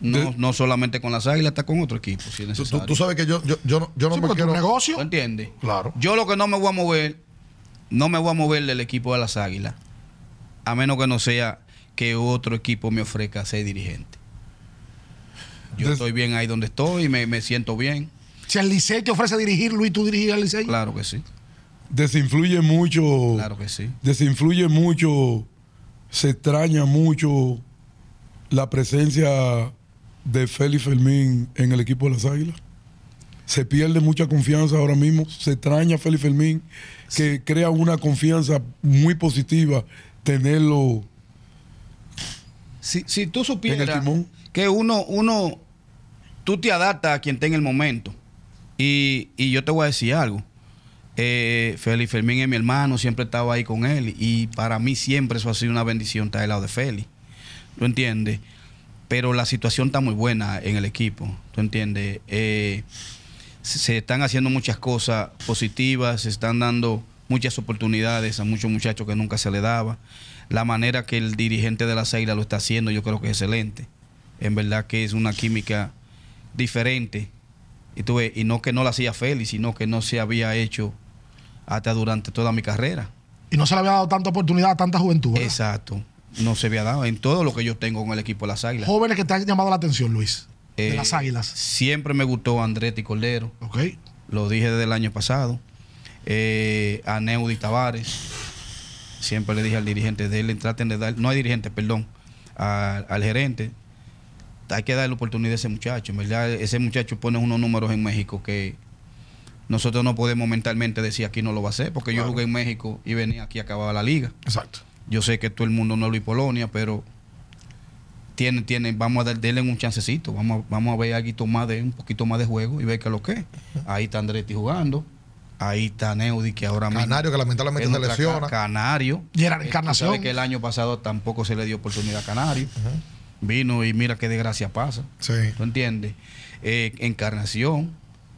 No, no solamente con las águilas, hasta con otro equipo, si es Tú, necesario. tú- tú sabes que yo, yo, yo no, yo no Sí, me porque tu quiero. negocio. ¿Tú entiendes? Claro. Yo lo que no me voy a mover, no me voy a mover del equipo de las Águilas, a menos que no sea que otro equipo me ofrezca ser dirigente. Yo Des- estoy bien ahí donde estoy, me, me siento bien. Si el Licey te ofrece dirigir, Luis, tú diriges al Licey. Claro que sí, Desinfluye mucho. claro que sí. Desinfluye mucho. Se extraña mucho la presencia de Félix Fermín en el equipo de las Águilas. Se pierde mucha confianza ahora mismo. Se extraña a Félix Fermín, que crea una confianza muy positiva tenerlo. Si, si tú En el supieras timón. que uno, uno, tú te adaptas a quien está en el momento. Y, y yo te voy a decir algo. Eh, Félix Fermín es mi hermano, siempre estaba ahí con él. Y para mí siempre eso ha sido una bendición estar al lado de Félix. ¿Tú entiendes? Pero la situación está muy buena en el equipo. ¿Tú entiendes? Eh, se- se están haciendo muchas cosas positivas, se están dando muchas oportunidades a muchos muchachos que nunca se le daba. La manera que el dirigente de las Águilas lo está haciendo, yo creo que es excelente. En verdad que es una química diferente. Y, tú ves, y no que no la hacía Félix, sino que no se había hecho hasta durante toda mi carrera. Y no se le había dado tanta oportunidad a tanta juventud. ¿verdad? Exacto. No se había dado en todo lo que yo tengo con el equipo de las Águilas. Jóvenes que te han llamado la atención, Luis. Eh, de las águilas. Siempre me gustó Andretti Cordero. Ok. lo dije desde el año pasado, eh, a Neudi Tavares, siempre le dije al dirigente de él, traten de dar, no hay dirigente, perdón, a- al gerente, hay que darle oportunidad a ese muchacho, en verdad, ese muchacho pone unos números en México que nosotros no podemos mentalmente decir aquí no lo va a hacer, porque yo jugué en México y venía aquí a acabar la liga. Exacto. Yo sé que todo el mundo no lo y Polonia, pero tiene, tiene, vamos a dar, darle un chancecito, vamos a, vamos a ver algo más de, un poquito más de juego y ver qué es lo que es. Ahí está Andretti jugando, ahí está Neudi que ahora mismo Canario que lamentablemente es se nuestra lesiona. ca- Canario. Gerard Eh, tú Encarnación. sabes que el año pasado tampoco se le dio oportunidad a Canario. Vino y mira qué desgracia pasa. Sí. ¿Tú entiendes? Eh, encarnación.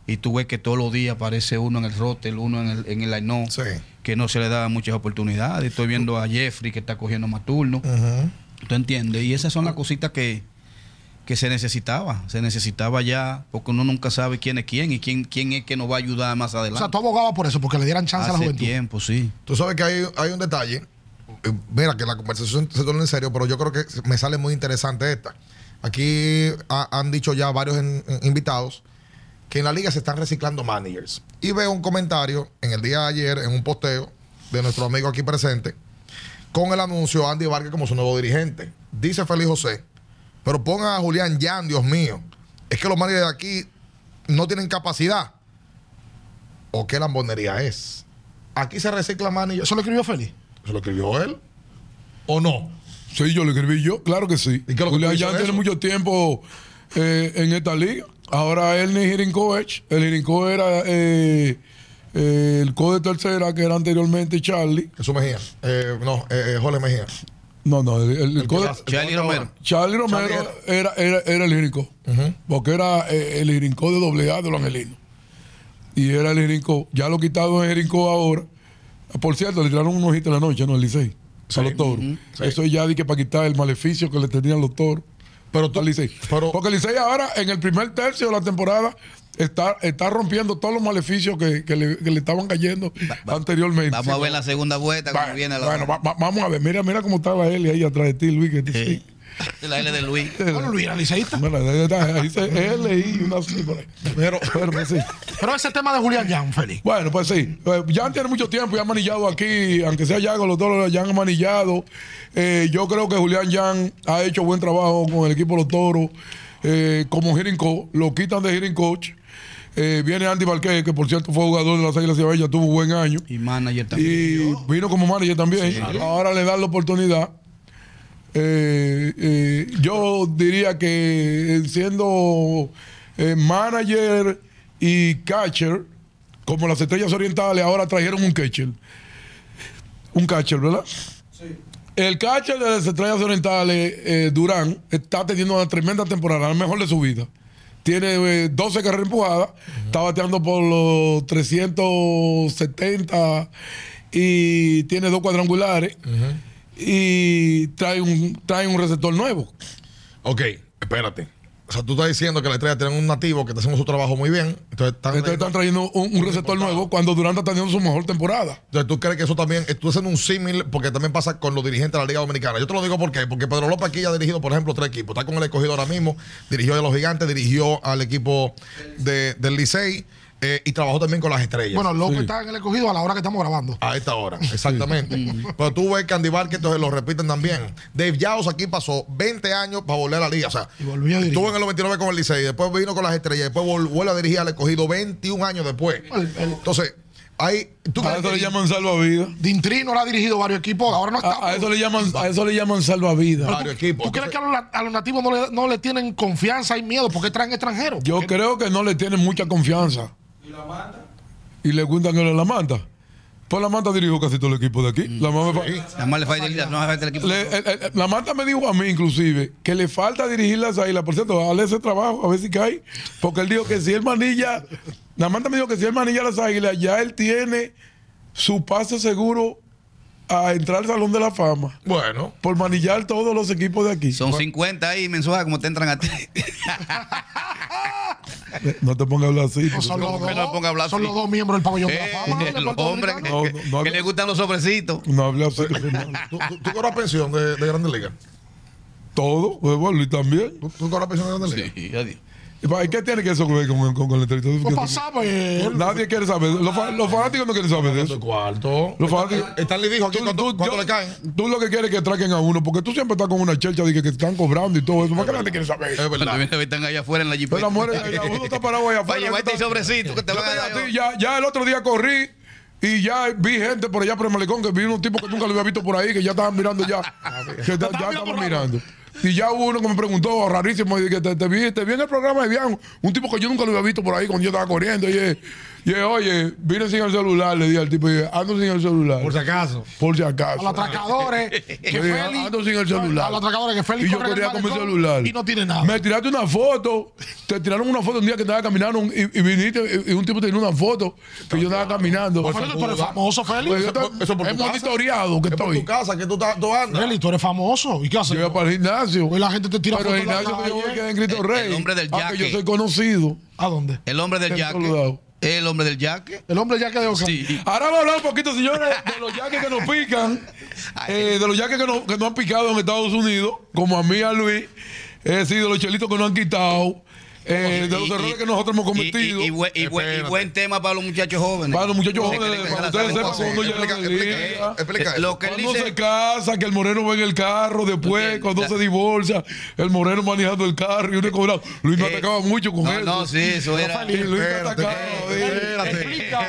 Y tú ves que todos los días aparece uno en el rotel, uno en el, en el line-up, Sí. que no se le da muchas oportunidades. Estoy viendo a Jeffrey que está cogiendo más turno. Ujú. ¿Tú entiendes? Y esas son las cositas que, que se necesitaba. Se necesitaba ya, porque uno nunca sabe quién es quién y quién, quién es que nos va a ayudar más O adelante. sea, tú abogabas por eso, porque le dieran chance a la Hace juventud. tiempo, sí. Tú sabes que hay, hay un detalle. Eh, Mira, que la conversación se torna en serio, pero yo creo que se- me sale muy interesante esta. Aquí ha- han dicho ya varios en- en- invitados que en la liga se están reciclando managers. Y veo un comentario en el día de ayer, en un posteo de nuestro amigo aquí presente, con el anuncio de Andy Vargas como su nuevo dirigente. Dice Félix José, pero pongan a Julián Jan, Dios mío. Es que los managers de aquí no tienen capacidad. ¿O qué lambonería es? Aquí se recicla managers. Eso lo escribió Félix. ¿Se lo escribió él? ¿O no? Sí, yo lo escribí yo, claro que sí. ¿Y qué es lo que Julián tú hizo Jan eso? tiene mucho tiempo eh, en esta liga. Ahora él ni hitting coach. El hitting coach era eh, eh, el coach de tercera, que era anteriormente Charlie. Jesús Mejía. Eh, no, eh, eh, Jorge Mejía. No, no, el, el- el El coach- que está- Charlie el que está Romero. ahora. Charlie Romero Charlie era, era, era el hitting coach. Porque era eh, el hitting coach de doble A de los angelinos. Y era el hitting coach. Ya lo quitaron el hitting coach ahora. Por cierto, le tiraron unos hits en la noche, ¿no? El Licey. Sí. A los toros. Eso ya di que para quitar el maleficio que le tenían los toros. Pero tú- al Licey. pero- Porque el Licey ahora, en el primer tercio de la temporada, está, está rompiendo todos los maleficios que, que le, que le estaban cayendo anteriormente. Vamos a ver la segunda vuelta, cómo Va- viene la, bueno, va- va- vamos a ver. Mira, mira cómo estaba él ahí atrás de ti, Luis. Que sí. la L de Luis. Bueno, Luis era liceísta. Bueno, ahí está, ahí dice L y una C por ahí. Pero, Bueno, sí. Pero ese tema de Julián Jan, Félix. Bueno, pues sí. Eh, Jan tiene mucho tiempo y ha manillado aquí, aunque sea ya con los toros, ya han manillado. Eh, yo creo que Julián Jan ha hecho buen trabajo con el equipo de los toros, eh, como hitting coach, lo quitan de hitting coach. Eh, viene Andy Marquez, que por cierto fue jugador de las Águilas de Sevilla, tuvo buen año. Y manager también. Y vino como manager también. Ahora le dan la oportunidad. Eh, eh, yo diría que eh, siendo eh, manager y catcher, como las estrellas orientales, ahora trajeron un catcher. Un catcher, ¿verdad? El catcher de las Estrellas Orientales, eh, Durán, está teniendo una tremenda temporada, la mejor de su vida. Tiene eh, 12 carreras empujadas, está bateando por los 370 y tiene dos cuadrangulares y trae un, trae un receptor nuevo. Ok, espérate. O sea, tú estás diciendo que la estrella tiene un nativo que está haciendo su trabajo muy bien. Entonces, están- Entonces están trayendo un, un receptor nuevo cuando Durán está teniendo su mejor temporada. Entonces, tú crees que eso también, eh, tú haciendo un símil, porque también pasa con los dirigentes de la Liga Dominicana. Yo te lo digo porque, porque Pedro López aquí ya ha dirigido, por ejemplo, tres equipos. Está con el escogido ahora mismo, dirigió a los gigantes, dirigió al equipo de- del Licey eh, y trabajó también con las estrellas. Bueno, López está en el escogido a la hora que estamos grabando. a [LAUGHS] esta hora, exactamente. Pero tú ves que Andy Barker, entonces lo repiten también. Dave Yaos aquí pasó 20 años para volver a la liga. O sea, Y volvió a dirigir. estuvo en el 99 con el Licey, después vino con las estrellas, después vol- vuelve a dirigir al escogido 21 años después. El- el- Entonces, ahí tú A crees eso que- le llaman salvavidas. Dintrino le ha dirigido varios equipos, ahora no está. A, a eso le llaman, a eso le llaman salvavidas. varios equipos. ¿Tú crees que a Entonces, los, la- a los nativos no le, no le tienen confianza y miedo porque traen extranjeros? Yo creo que no le tienen mucha confianza. ¿Y la manta? Y le cuentan que lo de la manta. Pues la manta dirijo casi todo el equipo de aquí. La, manta- Nada más le falta el, no, le falta el equipo. le- el- el- la manta me dijo a mí, inclusive, que le falta dirigir las águilas. Por cierto, dale ese trabajo, a ver si cae. Porque él dijo que si él manilla. La manta me dijo que si él manilla las águilas, ya él tiene su pase seguro a entrar al Salón de la Fama. Bueno, Por manillar todos los equipos de aquí. Son 50 ahí mensuales como te entran [LAUGHS] a ti. No te pongas a hablar así. No, [LAUGHS] son los, ¿Cómo que dos, no me ponga a hablar son así? los dos miembros del pabellón de la [LAUGHS] fama. Eh, del el Puerto hombre que, Dominicano. No, no, no. que le gustan los sobrecitos. No hable así. [LAUGHS] Fernando. ¿tú, tú, tú cobras pensión de, de Grandes Ligas. Todo, huevón, y también. ¿Tú, tú cobras pensión de Grandes Ligas. Sí, adiós. ¿Y para qué tiene que eso que ver con, con, con la entrevista? No pasa, pues. Nadie quiere saber. Los, fa- los fanáticos no quieren saber de ¿De eso. cuarto? Los fanáticos. Stanley dijo aquí cuánto, cuánto yo- le caen. tú lo que quieres es que traquen a uno, porque tú siempre estás con una chelcha de que, que están cobrando y todo eso. ¿Para qué nadie quiere saber? Es Cuando verdad. vienen, están allá afuera en la Pero jipeta. la mujer, eh, uno está parado allá afuera. Oye, que vete y está- sobrecito que te Yo van a te digo a dar. ti, ya, ya el otro día corrí y ya vi gente por allá por el malecón que vi unos tipos que nunca lo había visto por ahí, que ya estaban mirando [LAUGHS] ya. que ta- ya estaban mirando. Y ya hubo uno que me preguntó, rarísimo, y que te, te vi, te vi en el programa de Bian, un tipo que yo nunca lo había visto por ahí cuando yo estaba corriendo. Y, eh, y eh, oye, vine sin el celular, le dije al tipo, y, eh, ando sin el celular. Por si, acaso. A acaso. ah, los atracadores que Oye, Félix. ando sin el celular. A los atracadores que Félix. Y yo corre en el corría con mi malecón celular. Y no tiene nada. Me tiraste una foto. Te tiraron una foto un día que estaba caminando y, y viniste y, y un tipo te tiró una foto que yo estaba caminando. Por Félix, tú eres famoso, Félix. Pues yo Eso- eso por estoy- tu he casa. monitoreado que Es por tu estoy. casa que tú, estás- tú andas. Félix, tú eres famoso. ¿Y qué haces? Yo voy para el gimnasio. Hoy Pues la gente te tira Pero el fotos en la gimnasio que yo voy calle. queda en Cristo El- el Rey. hombre del aunque yo yaque. soy conocido. ¿A dónde? El hombre del En yaque. todos lados. El hombre del yaque. El hombre ya que de Oca- Sí. Ahora vamos a hablar un poquito, señores, de los yaques que nos pican, eh, de los yaques que no, que no han picado en Estados Unidos, como a mí, a Luis, eh, sí, de los chelitos que nos han quitado, eh, de los Y- errores y- que nosotros hemos y- y- cometido. Y, buen- y buen- y Espérate. buen tema para los muchachos jóvenes. Para los muchachos Se creen jóvenes, para que se que la ustedes saben sepan todas. cuando llegan Explica, al explica, día. explica Eh, eso. lo que él Cuando dice, se casa, que el moreno va en el carro, después, Entiendo. cuando La- se divorcia, el moreno manejando el carro y uno cobrado. Luis me Eh, atacaba mucho con no, eso. No, sí, eso era. Y Luis me Espérate, atacaba. espérate. eh. Explica,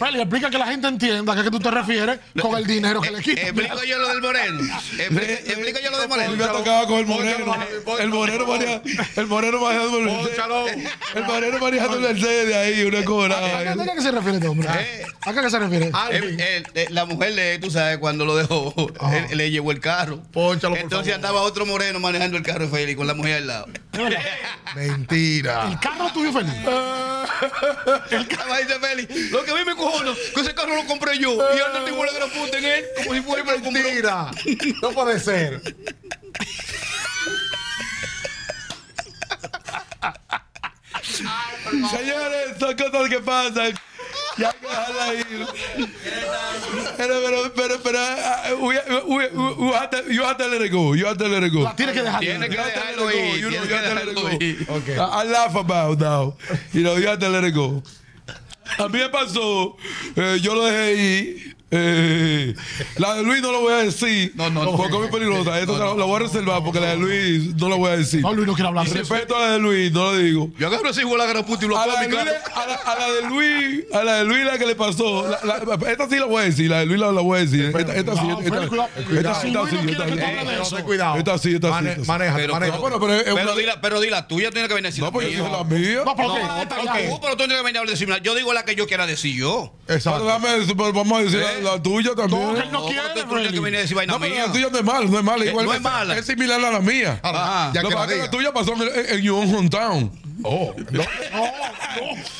Félix, explica que la gente entienda a qué tú te refieres con el dinero que le Eh, quitas. Explico yo lo del Moreno. Expli- Explico yo lo del Luis eh, me Moreno. atacaba con el Pónchalo, moreno. pónchalo, El moreno maneja- el moreno manejando el Pónchalo. Mercedes. El moreno manejando el Mercedes de ahí, una ¿A qué, cobrada. a qué se refiere este hombre? Eh. ¿A qué se refiere? Ah. El- el- el- la mujer le, tú sabes, cuando lo dejó, Ah. él- le llevó el carro. Pónchalo, por Entonces favor. andaba otro moreno manejando el carro de Félix con la mujer al lado. El Mentira. carro tuyo, Félix. Ahí dice Félix, lo que a mí me cojono, que ese carro lo compré yo. Y antes tengo la gran puta en él, como si fuera que me lo compró. Mentira. [LAUGHS] No puede ser. Señores, son cosas que pasan. Ya hay que dejarla ir. Pero, pero, pero, pero, ah, we- we- we- you have to- you have to let it go. You have to let it go. La tienes que dejar. Tiene You que have to let it dejarlo go. ir. You know, tiene you que have to let it dejarlo ir. go. I, I laugh about now. You know, you have to let it go. A mí me pasó, eh, yo lo dejé ir. eh, la de Luis no lo voy a decir. No, no, no. Porque es muy peligrosa. Esto se la, la voy a reservar porque la de Luis no la voy a decir. No, Luis no quiere hablar de eso. Respeto a la de Luis, no lo digo. Yo agarro ese hijo de la gran puta y lo A pongo la, en de mi Luis, carro. a, la, a la de Luis, a la de Luis la que le pasó. La- la- esta sí la voy a decir, la de Luis la, la voy a decir. Esta, esta sí, No, esta, Félix, cuidado. esta, esta sí, Si esta Luis sí, no quiere esta que tú sí. hables de eso. Cuidado. Esta sí, esta sí, Mane- esta sí. Manéjate, Pero- manéjate. Bueno, pero es una- Pero di la, pero di la tuya, tiene que venir a decir No, pues yo mía. dije la mía. No, pero No, ¿qué? no, Está tú, ya. pero tú tienes que venir a decir mía. Yo digo la que yo quiera decir yo. Pero Exacto. dame eso, pero vamos a decir la de la tuya también. No, que él no quiere, pero tú tienes Freddy. que venir a decir vaina No, pero mía. la [LAUGHS] tuya no es mala, no es mala. Eh, Igual no es esa- mala. Es similar a la mía. Ahora, Ah, Ajá. Ah, ya Lo que que la pasa es que diga. la tuya pasó en, en, en Your Own Hometown. Oh, no. En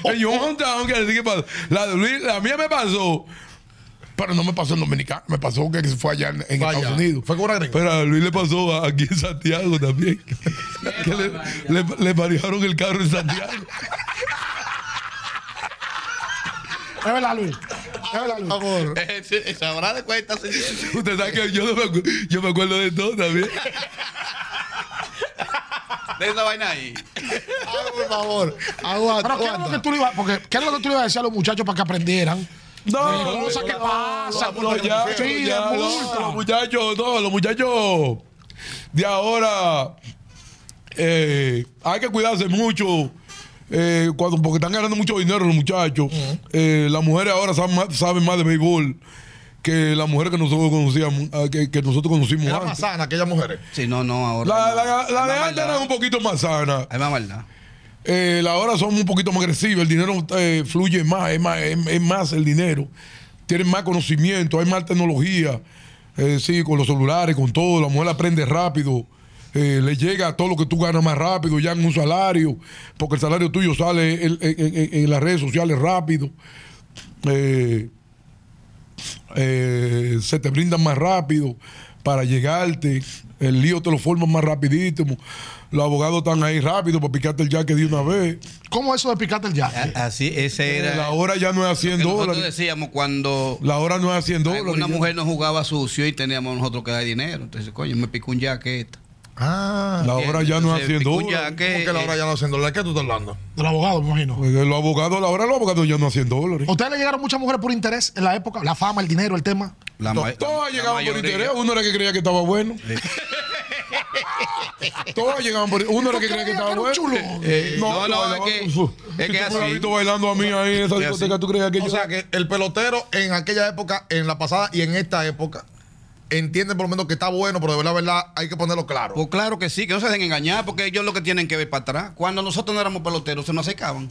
Oh, Your Own Hometown, que le dije, pa- la, de Luis- la mía me pasó, pero no me pasó en Dominicana, me pasó que fue allá en, en Fue allá. Estados Unidos. Fue con una gringa. Pero a Luis le pasó aquí en Santiago [LAUGHS] también. [LAUGHS] que le, le, le manejaron el carro en Santiago. Es verdad, Luis. Es verdad, Luis. Amor. Eh, Sabrá de cuál está sintiendo. Usted sabe que yo, no me, acu- yo me acuerdo de todo también. De esa vaina ahí. Ay, por favor. Aguanta. Pero ¿qué es lo que aguanta. tú le ibas, porque, ¿qué es lo que tú le ibas a decir a los muchachos para que aprendieran? No, Cosas que pasan. Los muchachos, Sí, de ya, multa. no, los muchachos, no, los muchachos de ahora eh, hay que cuidarse mucho. eh, cuando, porque están ganando mucho dinero los muchachos. Eh, las mujeres ahora saben más, saben más de béisbol que las mujeres que nosotros conocíamos, ah, que, que nosotros conocimos Era más antes. sana aquellas mujeres. Sí, no, no, ahora. La, no. la- la Hay de más antes maldad. era un poquito más sana. Hay más maldad. Eh, la hora son un poquito más agresivas, el dinero eh, fluye más, es más, es, es más el dinero. Tienen más conocimiento, hay más tecnología, eh, sí, con los celulares, con todo, la mujer aprende rápido, eh, le llega todo lo que tú ganas más rápido, ya en un salario, porque el salario tuyo sale en, en- en- en las redes sociales rápido. Eh, eh, se te brindan más rápido para llegarte, el lío te lo forman más rapidito, los abogados están ahí rápido para picarte el jaque de una vez. ¿Cómo eso de picarte el ya? Así, ese era. La hora ya no es a 100 que nosotros dólares. decíamos cuando La hora no es a 100 dólares. una ya. mujer no jugaba sucio y teníamos nosotros que dar dinero. Entonces, coño, me picó un jaqueta. Ah. La hora ya no es a Entonces, 100 picó un dólares. ¿Cómo jaque, que la hora eh, ya no es en dólares? ¿Qué tú estás hablando? Del abogado, me imagino. Porque Los abogados, la hora de los abogados ya no es a 100 dólares. ¿A ustedes le llegaron muchas mujeres por interés en la época? La fama, el dinero, el tema. la ma- Todas la llegaban por mayoría. interés, uno era que creía que estaba bueno. Todas llegaban por uno era que creía que estaba ¿Tú bueno. creías que era un chulo? Eh, No, no, bailaba- es que- Uf, es si que tú me así. hubieras visto bailando a mí ahí en esa Es discoteca, así. ¿tú creías que O yo? sea que el pelotero en aquella época, en la pasada y en esta época, entiende por lo menos que está bueno, pero de verdad, verdad, hay que ponerlo claro. Pues claro que sí, que no se dejen engañar, porque ellos lo que tienen que ver para atrás. Cuando nosotros no éramos peloteros, se nos acercaban.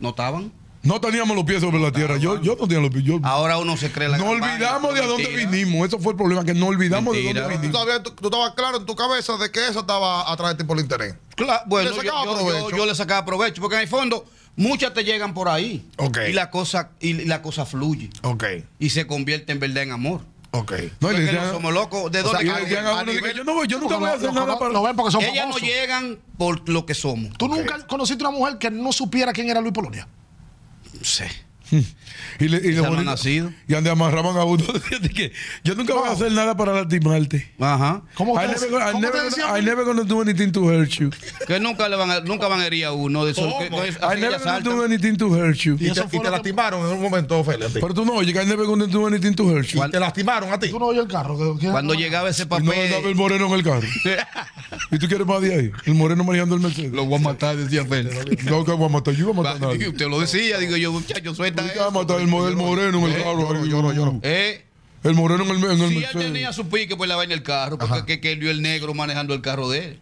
No estaban. No teníamos los pies sobre la tierra. Yo, yo no tenía los pies. Yo, Ahora uno se cree la no campaña, olvidamos de a dónde mentira. vinimos. Eso fue el problema, que no olvidamos de Mentira. dónde Tú, vinimos. todavía- tú- tú estabas claro en tu cabeza de que eso estaba atrás de ti por el interés. Cla- bueno, Le yo, sacaba yo- yo- provecho. yo le sacaba provecho, porque en el fondo muchas te llegan por ahí. Ok. Y la cosa, y la cosa fluye. Ok, Y se convierte en verdad en amor. ok. No, y le Porque no decían- somos locos. ¿De o sea, dónde y le cae? decían a uno, nivel- dije, yo, no voy- yo nunca Porque voy a lo- hacer lo- nada para... Lo ven porque son Ellas no famosos. llegan por lo que somos. ¿Tú nunca conociste una mujer que no supiera quién era Luis Polonia? No sé. Y, le, y, le Quizá no bonito- ha nacido. y donde amarraban a uno. [LAUGHS] dije, yo nunca voy a hacer nada para lastimarte. Ajá. ¿Cómo I ustedes- never, cómo gonna- I, ustedes never decían? gonna, I never gonna do anything to hurt you. Que nunca le van a, nunca van a herir a uno. De eso, que, que es- I así never ellas gonna saltan. do anything to hurt you. Y, eso fue te, y te lo que- lastimaron en un momento, Feli, a ti. Pero tú no, oye, que I never gonna do anything to hurt you. Te lastimaron a ti. Tú no oyes el carro. que- que- Cuando llegaba ese Y papel. eh, no andaba el moreno en el carro. ¿Y tú quieres más de ahí? El moreno manejando el Mercedes. Lo voy a matar, decía Félix. No, que voy a matar, yo voy a matar a nadie. Usted lo decía, digo yo, muchacho, suelta Voy a eso. matar el, mo- el moreno en el carro. ahí, Eh, El moreno en el, en el si él Mercedes. tenía su pique, pues la vaina el carro, porque que, que él vio el negro manejando el carro de él.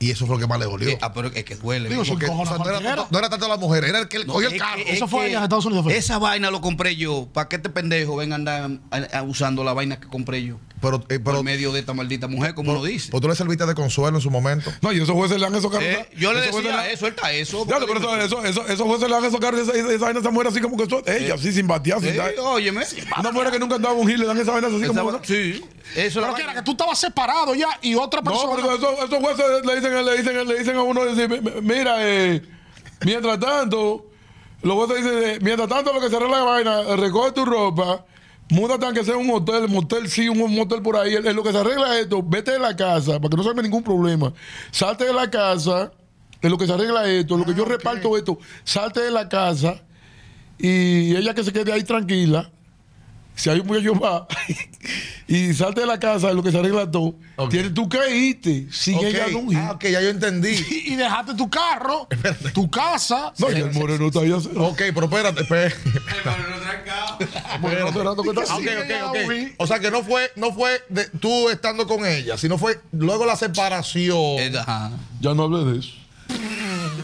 Y eso fue lo que más le Eh, dolió. ah, pero es que duele. Digo, ¿no? son Porque, o cojones sea, no, era cualquiera. tanto, no era tanto la mujer, era el que No, oye es el carro. que- Eso es fue que allá en Estados Unidos, fue. Esa vaina lo compré yo. ¿Para qué este pendejo ven a andar a- a- usando la vaina que compré yo? pero, eh, pero, por medio de esta maldita mujer, como uno dice. pero tú le serviste de consuelo en su momento. No, y esos jueces le dan esos carros. Eh, yo le esos jueces decía, dan- eh, suelta eso. Ya, pero eso, porque- eso, eso, esos jueces le dan esos carros. Esa, esa vaina se muere así como que eso. Ella, así, sin batear, sin dar. Eh, óyeme. Una mujer que nunca andaba un gil, le dan esa vaina así Esa como. va- Sí, eso es la Pero que vaina. era que tú estabas separado ya y otra No, persona. pero esos, esos jueces le dicen, le dicen, le dicen a uno, dice, "Mi- mi- mira, eh, mientras tanto, los jueces dicen, eh, mientras tanto lo que se arregla la vaina, eh, recoge tu ropa, múdate aunque sea un hotel, motel sí, un motel por ahí, en lo que se arregla esto, vete de la casa, para que no salga ningún problema, salte de la casa, en lo que se arregla esto, en lo que yo reparto esto, salte de la casa y ella que se quede ahí tranquila. Si hay un muchacho va [LAUGHS] y salte de la casa, en lo que se arregla todo. Ok. Tienes tú que irte sin Ok. ella nunca. Ah, ok, ya yo entendí. Y, y dejaste tu carro, tu casa. No, y el moreno está ahí así. ok, pero espérate, [LAUGHS] espérate. El moreno hace rato que está Ah, así. ok, ok, ya ok. lo vi. O sea que no fue, no fue de- tú estando con ella, sino fue luego la separación. Eh, ajá. Ya no hablé de eso.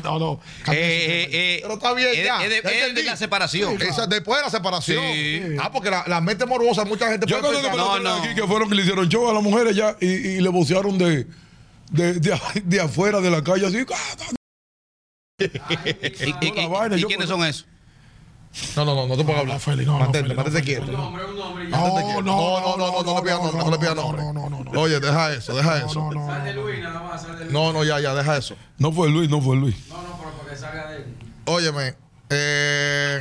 No, no. Eh, eh, eh, Pero está bien, es- ya, Es de, ya es de entendí. la separación. Esa, después de la separación. Sí. Ah, porque la, la mente morbosa, mucha gente Yo puede conozco pensar, peloteros no. de aquí que fueron que le hicieron show a las mujeres ya y, y le bocearon de, de, de, de afuera de la calle así. ah, ah, ¿Y, y- y- la vaina, y yo quiénes por- son esos? No, no, no, no te puedo hablar. No, Feli, no, no, mantente, Feli, no, mantente Feli, quieto. no, No, No, no, no, no, no, no le pidas nombre, no le pidas nombre. No, no, no, no. Oye, deja eso, deja No, eso. no, no, no. No, no, ya, ya, deja eso. No fue Luis, no fue Luis. Óyeme, eh.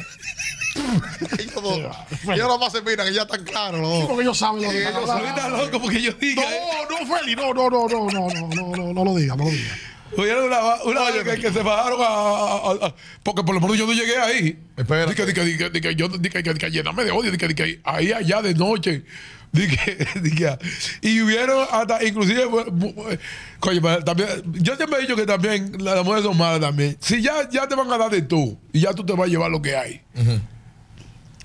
ellos dos, ellos nomás se miran, que ya están claros los dos. Porque ellos saben Eh, lo que están ellos hablando. Está loco porque yo dije. No, no, Feli, no, no, no, no, no, no, no, no, no lo digas, no lo digas. Oye, era una, va- una vaina que, que se bajaron a, a- a- Porque por lo menos yo no llegué ahí. Espérate. Dije, dije, dije, dije, yo dije, dije, dije, llename de odio. Dije, dije, ahí allá de noche. [LAUGHS] Dije, dije, y hubieron hasta, inclusive, bu- bu- eh, coño, pero también, yo siempre he dicho que también la- las mujeres son malas también. Si ya, ya te van a dar de tú y ya tú te vas a llevar lo que hay.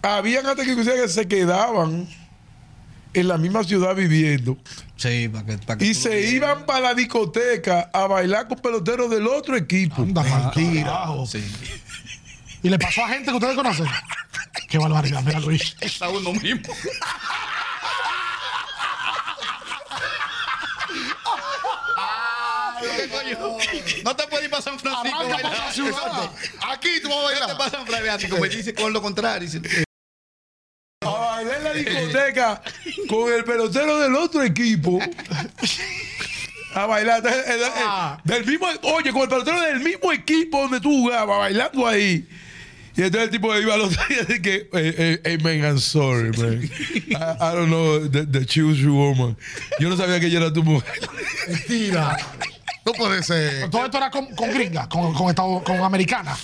Habían hasta que inclusive que se quedaban en la misma ciudad viviendo Sí, para que. para que y tú lo se veas. iban para la discoteca a bailar con peloteros del otro equipo. Anda, mentira. Sí. Y le pasó a gente que ustedes conocen. Qué barbaridad, mira Luis. Está uno mismo. No te puedes ir para San Francisco. Arranca para la ciudad. Aquí tú vas a bailar. para San Francisco. Me dice con lo contrario. a bailar en la discoteca con el pelotero del otro equipo. A bailar Entonces, el- el- Ah. del mismo, oye, con el pelotero del mismo equipo donde tú jugabas, bailando ahí. Y entonces el tipo iba al otro día y dice que, eh, eh, hey man, I'm sorry, man. I, I don't know the, the choose you woman. Yo no sabía que ella era tu mujer. Eh, Mentira. No puede ser. Todo esto era con, con gringa, con, con, estado- con americana.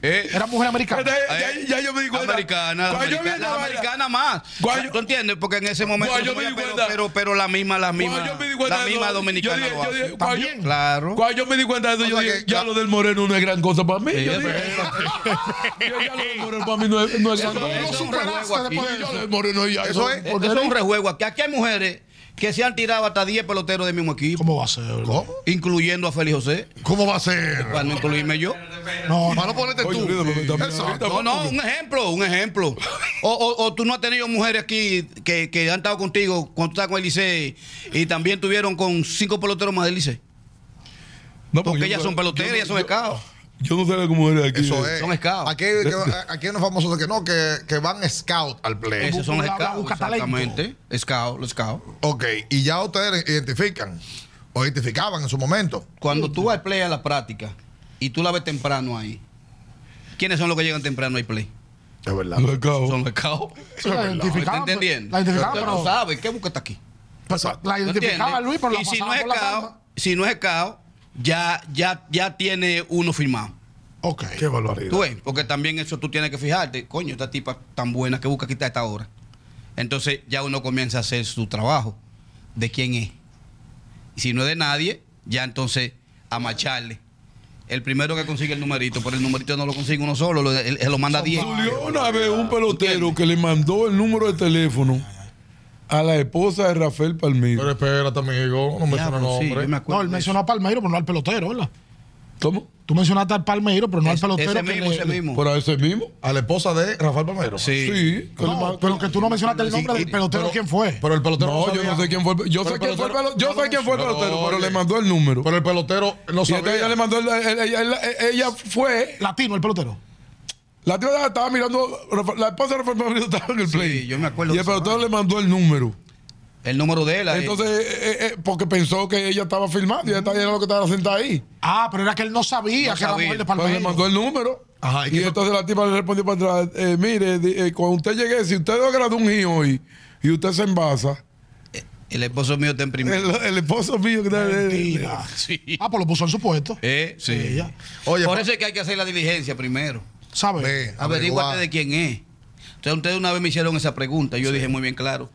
Era mujer Este Entonces, americana. ya, ya yo me di cuenta. Eh, Americana, Eh, Cuando yo vi americana, esa la vaina- americana más. Guayo- ¿Tú entiendes? Porque en ese momento, Guayo no me di sabía, pero, cuenta. pero, pero la misma, la misma, Guayo me di cuenta la de misma eso. dominicana Yo dije- lo yo hace. dije, guayo- También. Claro. Cuando yo me di cuenta de eso, O yo sea dije, que- ya lo del moreno no es gran cosa para mí. Sí, yo es dije, verdad. [LAUGHS] yo ya lo del moreno para mí no es, no es gran Cuando uno cosa. eso es un superaste rejuego aquí. después de Yo lo eso. del moreno ya. Eso es. Eso es un rejuego. Aquí, aquí hay mujeres que se han tirado hasta 10 peloteros del mismo equipo, ¿Cómo va a ser? ¿Cómo? incluyendo a Félix José, ¿Cómo va a ser? para no incluirme yo. No, Para no. no ponerte Oye, tú. Luis, pero Sí, también- Exacto. No, no, un ejemplo, un ejemplo. [LAUGHS] O, o- o tú no has tenido mujeres aquí que, que han estado contigo cuando tú estabas con el Licey y también tuvieron con cinco peloteros más del Licey. No, Porque yo ellas no- son peloteras, yo no- ellas son yo- escados. Yo no sé cómo era aquí. Eso es. Son scouts. Aquí, hay- aquí hay unos famosos que no, que, que van scout al play. Esos son los Busca- escados. busca talento. Exactamente. Escados, los escados. Ok, y ya ustedes identifican o identificaban en su momento. Cuando tú vas al play a la práctica y tú la ves temprano ahí, ¿quiénes son los que llegan temprano al play? Es verdad. Lo acabo. Son los [LAUGHS] escados. Sí, la ¿Me identificaban. pues, está entendiendo? La identificaban, Usted no pero. sabe. ¿Qué busca está aquí? La ¿No identificaba entiende? Luis, pero la y si no pasaba es por la cao, cama. si no es cao, ya, ya, ya tiene uno firmado. Ok. Qué barbaridad. Tú ves, porque también eso tú tienes que fijarte, coño, esta tipa tan buena que busca quitar esta hora. Entonces ya uno comienza a hacer su trabajo de quién es. Y si no es de nadie, ya entonces a macharle. El primero que consigue el numerito, pero el numerito no lo consigue uno solo, lo, él, él lo manda a 10. Subió una vez un pelotero ¿Entiendes? que le mandó el número de teléfono a la esposa de Rafael Palmiro. Pero espérate, amigo, no me suena Diablo, sí, nombre. yo me No, acuerdo él de eso. mencionó a Palmeiro, pero no al pelotero, ¿verdad? ¿Cómo? Tú mencionaste al Palmeiro, pero no al Ese- pelotero. ese que mismo, le- ese mismo. ¿Por a ese mismo? A la esposa de Rafael Palmero. Sí. Sí. que le No, ma- pero que tú no mencionaste el nombre Y- y- del pelotero, pero- ¿quién fue? Pero el pelotero. No, yo no sabía. sé quién fue. el- Yo Pero sé el quién fue el pelotero- pelotero, yo no sé quién fue el lo pelotero, pero oye. le mandó el número. Pero el pelotero no este Y entonces ella le sabía. mandó el- el- el- el- ella fue Latino, el pelotero. La tía estaba mirando, la esposa de Rafael Madrid estaba en el play. yo me acuerdo Y de el esa productor vaina. le mandó el número. El número de él. eh, Entonces, eh, eh, porque pensó que ella estaba filmando y ella estaba- era lo que estaba sentada ahí. Ah, pero era que él no sabía No que era sabía. mujer de Pues Palmeiro. le mandó el número. Ajá, ¿y y qué fue? entonces la tipa le respondió para atrás: eh, Mire, di- eh, cuando usted llegue, si usted logra de un hijo hoy y usted se embasa, Eh, el esposo mío está en primero. el, el esposo mío que está. eh, Mentira. eh, Sí. Ah, pues lo puso en su puesto. Eh, sí. Sí, ya. Oye, Por pa- eso es que hay que hacer la diligencia primero. ¿Sabes? Ve, Averíguate averiguar. de quién es. Entonces, ustedes una vez me hicieron esa pregunta. Yo dije muy bien claro.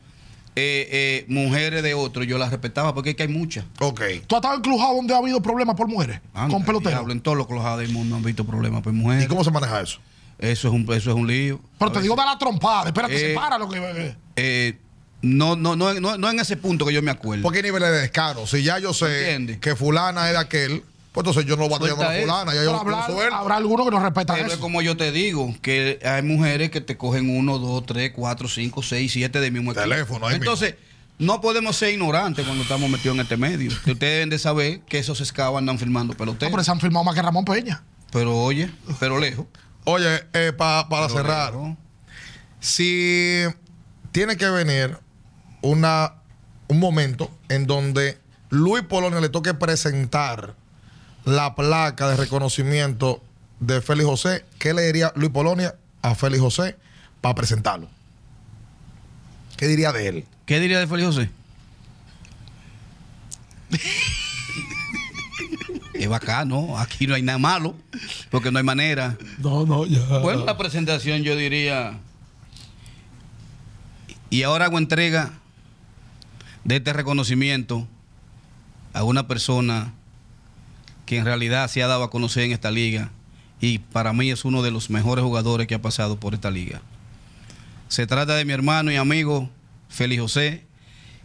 Eh, eh, mujeres de otro, yo las respetaba porque es que hay muchas. Ok. ¿Tú has estado en clubhouse donde ha habido problemas por mujeres? Anda, con peloteros. diablo, en todos los clojados del mundo han visto problemas por ¿Y mujeres. cómo se maneja eso? Eso es un, eso es un lío. Pero te digo da la trompada. Espérate, Eh, separa lo que. Eh, no, no, no, no, no en ese punto que yo me acuerdo. Porque hay niveles de descaro. Si ya yo sé Entiende. que fulana es de aquel, Pues entonces yo no voy a estar Suelta llamando a eso. fulana, ya yo Pero lo habrá, suelto. habrá algunos que no respetan Pero es eso. como yo te digo, que hay mujeres que te cogen uno, dos, tres, cuatro, cinco, seis, siete de mismo equipo. Teléfono ahí Entonces, no podemos ser ignorantes cuando estamos metidos en este medio. Que ustedes deben de saber que esos escabos andan firmando No, peloteros. pero se han filmado más que Ramón Peña. Pero oye, pero lejos. Oye, eh, pa- para Pero cerrar, lejos. si tiene que venir una, un momento en donde Luis Polonia le toque presentar la placa de reconocimiento de Félix José, ¿qué le diría Luis Polonia a Félix José para presentarlo? ¿Qué diría de él? ¿Qué diría de Félix José? es bacano, aquí no hay nada malo, porque no hay manera. No, no, ya. Bueno, la presentación yo diría. Y ahora hago entrega de este reconocimiento a una persona que en realidad se ha dado a conocer en esta liga y para mí es uno de los mejores jugadores que ha pasado por esta liga. Se trata de mi hermano y amigo Félix José,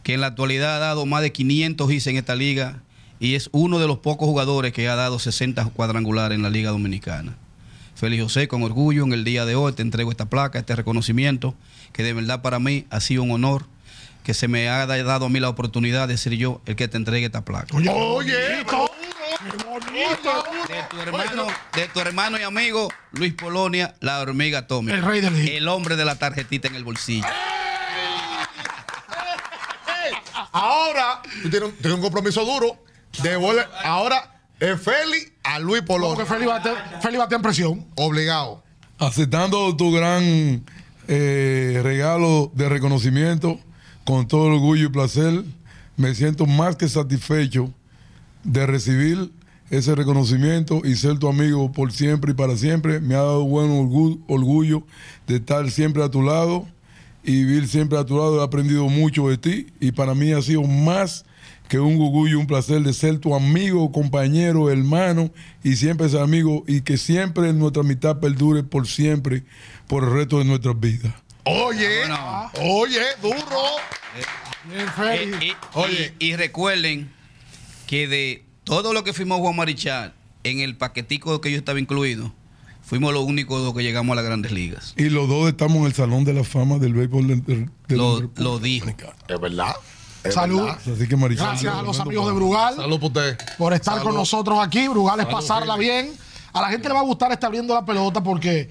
que en la actualidad ha dado más de 500 hits en esta liga y es uno de los pocos jugadores que ha dado 60 cuadrangulares en la Liga Dominicana. Félix José, con orgullo, en el día de hoy te entrego esta placa, este reconocimiento, que de verdad para mí ha sido un honor que se me ha dado a mí la oportunidad de ser yo el que te entregue esta placa. Oye, Oye, bonito. De tu hermano, de tu hermano y amigo Luis Polonia, la hormiga atómica. El rey del hit. El hombre de la tarjetita en el bolsillo. Ahora, tú tienes un, tienes un compromiso duro. Devuelve ahora es Félix a Luis Porque Polonia. Félix batea- Félix batea en presión. Obligado. Aceptando tu gran eh, regalo de reconocimiento, con todo el orgullo y placer, me siento más que satisfecho de recibir ese reconocimiento y ser tu amigo por siempre y para siempre. Me ha dado buen orgu- orgullo de estar siempre a tu lado y vivir siempre a tu lado. He aprendido mucho de ti y para mí ha sido más que un orgullo, un placer de ser tu amigo, compañero, hermano y siempre ser amigo y que siempre nuestra amistad perdure por siempre, por el resto de nuestras vidas. Oye, Ah, oye, duro. Bien, Eh, Félix. y- y- Oye. Y, recuerden que de todo lo que firmó Juan Marichal, en el paquetico que yo estaba incluido, fuimos los únicos dos que llegamos a las grandes ligas. Y los dos estamos en el Salón de la Fama del Béisbol del, del- de Lo- la República lo dijo. Dominicana. Es verdad. Salud. Así que Marisol, Gracias a los Orlando amigos de Pablo. Brugal Salud por usted. por estar Salud. con nosotros aquí. Brugal es pasarla bien. A la gente le va a gustar estar abriendo la pelota porque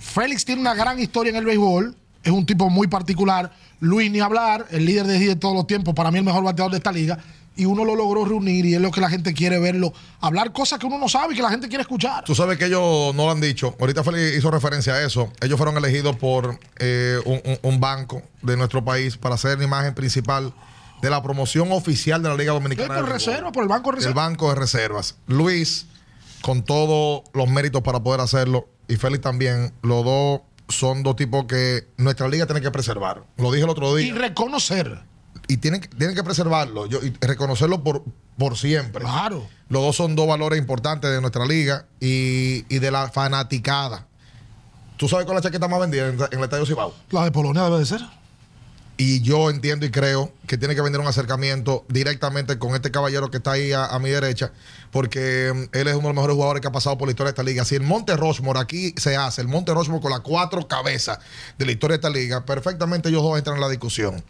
Félix tiene una gran historia en el béisbol. Es un tipo muy particular. Luis ni hablar, el líder de 10 de todos los tiempos, para mí el mejor bateador de esta liga. Y uno lo logró reunir y es lo que la gente quiere verlo. Hablar cosas que uno no sabe y que la gente quiere escuchar. Tú sabes que ellos no lo han dicho. Ahorita Félix hizo referencia a eso. Ellos fueron elegidos por eh, un, un- un banco de nuestro país para ser la imagen principal de la promoción oficial de la Liga Es Dominicana. de por Béisbol. reserva, por el banco de del reserva. Banco de Reservas. Luis, con todos los méritos para poder hacerlo, y Félix también, los dos son dos tipos que nuestra liga tiene que preservar. Lo dije el otro Y día. reconocer. Y, tienen, que- tienen que preservarlo yo, y reconocerlo por, por siempre. Claro. Los dos son dos valores importantes de nuestra liga y, y de la fanaticada. ¿Tú sabes cuál es la chaqueta más vendida en, en el Estadio Cibao? La de Polonia debe de ser. Y yo entiendo y creo que tiene que venir un acercamiento directamente con este caballero que está ahí a, a mi derecha, porque mm, él es uno de los mejores jugadores que ha pasado por la historia de esta liga. Si el Monte Rushmore aquí se hace, el Monte Rushmore con las cuatro cabezas de la historia de esta liga, perfectamente ellos dos entran en la discusión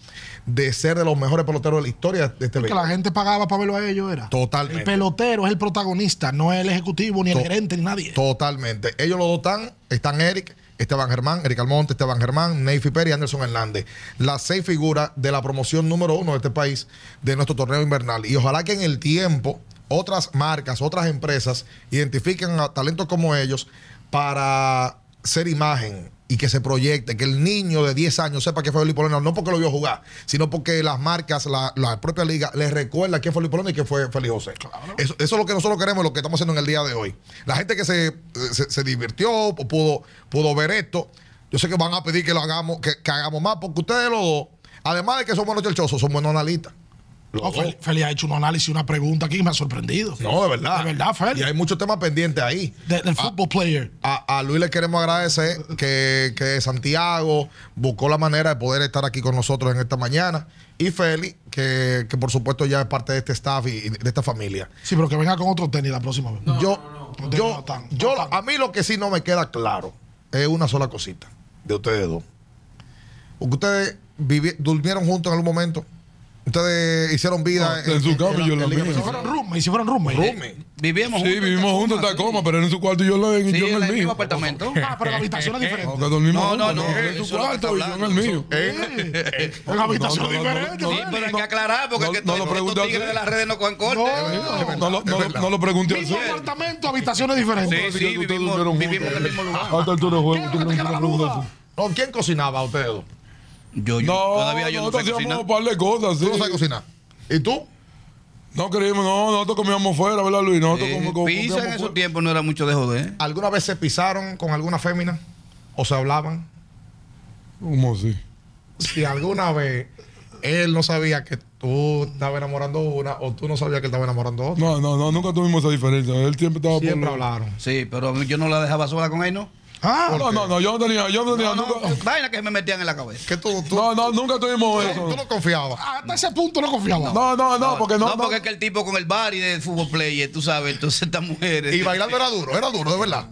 de ser de los mejores peloteros de la historia de este Que liga. la gente pagaba para verlo a ellos, era. El Totalmente. pelotero es el protagonista, no el ejecutivo, ni el To- gerente, ni nadie. Totalmente. Ellos los dos están, están Eric, Esteban Germán, Eric Almonte, Esteban Germán, Neyfi Pérez y Anderson Hernández. Las seis figuras de la promoción número uno de este país, de nuestro torneo invernal. Y ojalá que en el tiempo otras marcas, otras empresas identifiquen a talentos como ellos para ser imagen y que se proyecte, que el niño de 10 años sepa que fue Luis Polonia, no porque lo vio jugar, sino porque las marcas, la, la propia liga, les recuerda quién fue Luis Polonia y quién fue Félix José. Eso, eso es lo que nosotros queremos, lo que estamos haciendo en el día de hoy. La gente que se, se, se divirtió, o pudo, pudo ver esto, yo sé que van a pedir que lo hagamos, que, que hagamos más, porque ustedes los dos, además de que son buenos chelchosos, son buenos analistas. Los No, dos. Feli, Feli ha hecho un análisis, una pregunta aquí que me ha sorprendido. No, de verdad. De verdad, Feli. Y hay Ah. muchos temas pendientes ahí. De- del football player. A, a Luis le queremos agradecer que, que Santiago buscó la manera de poder estar aquí con nosotros en esta mañana y Feli, que, que por supuesto ya es parte de este staff y y de esta familia. Sí, pero que venga con otro tenis la próxima vez. yo, no. yo, No tan, no yo- tan. a mí lo que sí no me queda claro es una sola cosita de ustedes dos. Porque ustedes vivi- durmieron juntos en algún momento. Ustedes hicieron vida en su cama y yo en la el- mía. Si fueron roommates, si fueron roommates. Roommate. Vivíamos Sí, vivimos juntos en Tacoma, pero era en su cuarto y yo, la- yo Sí, en en el el mismo mío. apartamento. Ah, pero la habitación es diferente. Aunque dormimos No, no, juntos, no, pero era en su eso es lo que cuarto y yo está en el mío. Eh, Una habitación no, no, diferente. no, Sí, ¿vale? pero hay que aclarar porque No, es que no estos- lo pregunté estos a tigres usted. de las redes no cogen corte. No. No lo, no, lo- no lo pregunté a Mismo usted. apartamento, habitaciones diferentes. Sí, sí, Ustedes vivimos, durmieron vivimos en el juntos. mismo lugar. Hasta el turno juego, ¿Qué? tú no ¿Te queda la me preguntas duda? así. No, ¿quién cocinaba a ustedes dos? Yo, yo, No, todavía yo no nosotros sé cocinar. hacíamos un par de cosas, sí. Tú no sabes cocinar. ¿Y tú? No queríamos, no, nosotros comíamos fuera, ¿verdad, Luis? Nosotros Eh, comíamos como Pizza en comíamos esos fuera. tiempos no era mucho de joder. ¿Alguna vez se pisaron con alguna fémina? ¿O se hablaban? ¿Cómo así? Si alguna vez él no sabía que tú estabas enamorando una o tú no sabías que él estaba enamorando a otra. No, no, no, nunca tuvimos esa diferencia. Él siempre estaba Siempre por... hablaron. Sí, pero a mí- yo no la dejaba sola con él, ¿no? Ah, No, no, no, yo no tenía, yo no tenía, No, no, nunca... vaina que me metían en la cabeza. Que tú, tú, No, no, nunca tuvimos tú eso. no confiabas. Ah, hasta ese punto no confiaba. No, no, no, porque no... No, porque es que el tipo con el bar y de fútbol player, tú sabes, entonces estas mujeres. Y bailando era duro, era duro, de verdad.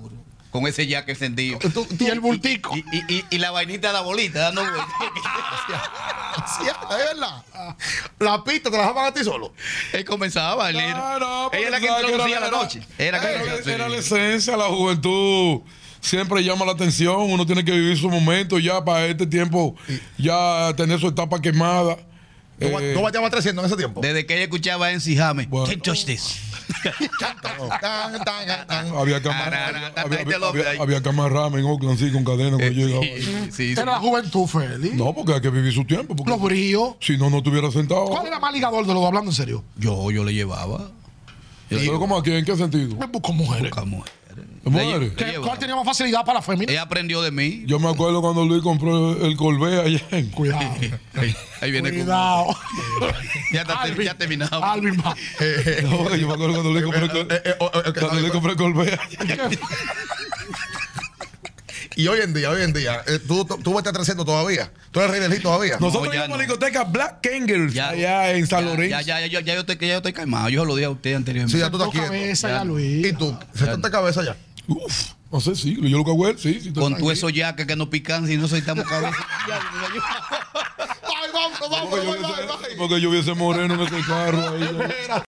Con ese jack encendido. Tú- Y el bultico. Y, y, y, y la vainita de la bolita dando vueltas. [LAUGHS] Sí, es verdad. La pista te la dejaban a ti solo. Él comenzaba a bailar. No, no, Ella porque es la sabes que que era- introducía la era- noche. Era que Era, sí. era la esencia, la juventud. Siempre llama la atención, uno tiene que vivir su momento ya para este tiempo, ya tener su etapa quemada. Tú, ba- Eh, tú bateabas 300 en ese tiempo. Desde que ella escuchaba en Sijame, Bueno. can't touch this. Tan, tan, tan. había que Ah, amarrar- nah, nah, nah, había- este había- hombre ahí. había- había que amarrarme en Oakland, sí, con cadena cuando llegaba. Sí, sí. Era la juventud, Feli. No, porque hay que vivir su tiempo. porque Los bríos. si no, no estuviera sentado. ¿Cuál era más ligador de los dos? Hablando en serio. Yo, yo le llevaba. Yo le Pero llevaba como aquí, ¿en qué sentido? Me busco mujeres. a mujeres. Mujeres. Le ¿Qué- llevaba. ¿Cuál tenía más facilidad para la fémina? Ella aprendió de mí. Yo me acuerdo cuando Luis compró el Corvée allá en... Cuidado. Ahí, ahí viene con- Cuidado. Ya, está- Alvin, ya terminamos. [LAUGHS] Alvin, va. Eh, No, yo me acuerdo cuando Luis compró el Eh, eh, oh, eh, Corvée. que- Cuando Luis compró el Corvée allá. Y hoy en día, hoy en día, eh, tú, tú, tú bateas 300 todavía. Tú eres rey del hit todavía. Nosotros No, ya íbamos a la no. discoteca Black Kangers Ya. allá en San Ya, Lorenzo. Ya, ya, ya, yo- ya yo estoy, ya yo estoy calmado. Yo se lo dije a usted anteriormente. Sí, ya tú Dos estás quieto. cabezas ya, Y Luis. tú, se te cabeza ya. Uf, no sé, sí, yo lo que hago es, sí, sí. con estoy tu esos ya que no pican si no soltamos cabeza. Ya, ya, ya. Ay, vámonos, tranquilo. vámonos, Porque yo vámonos, hubiese- Porque yo hubiese moreno en ese carro ahí. Espera.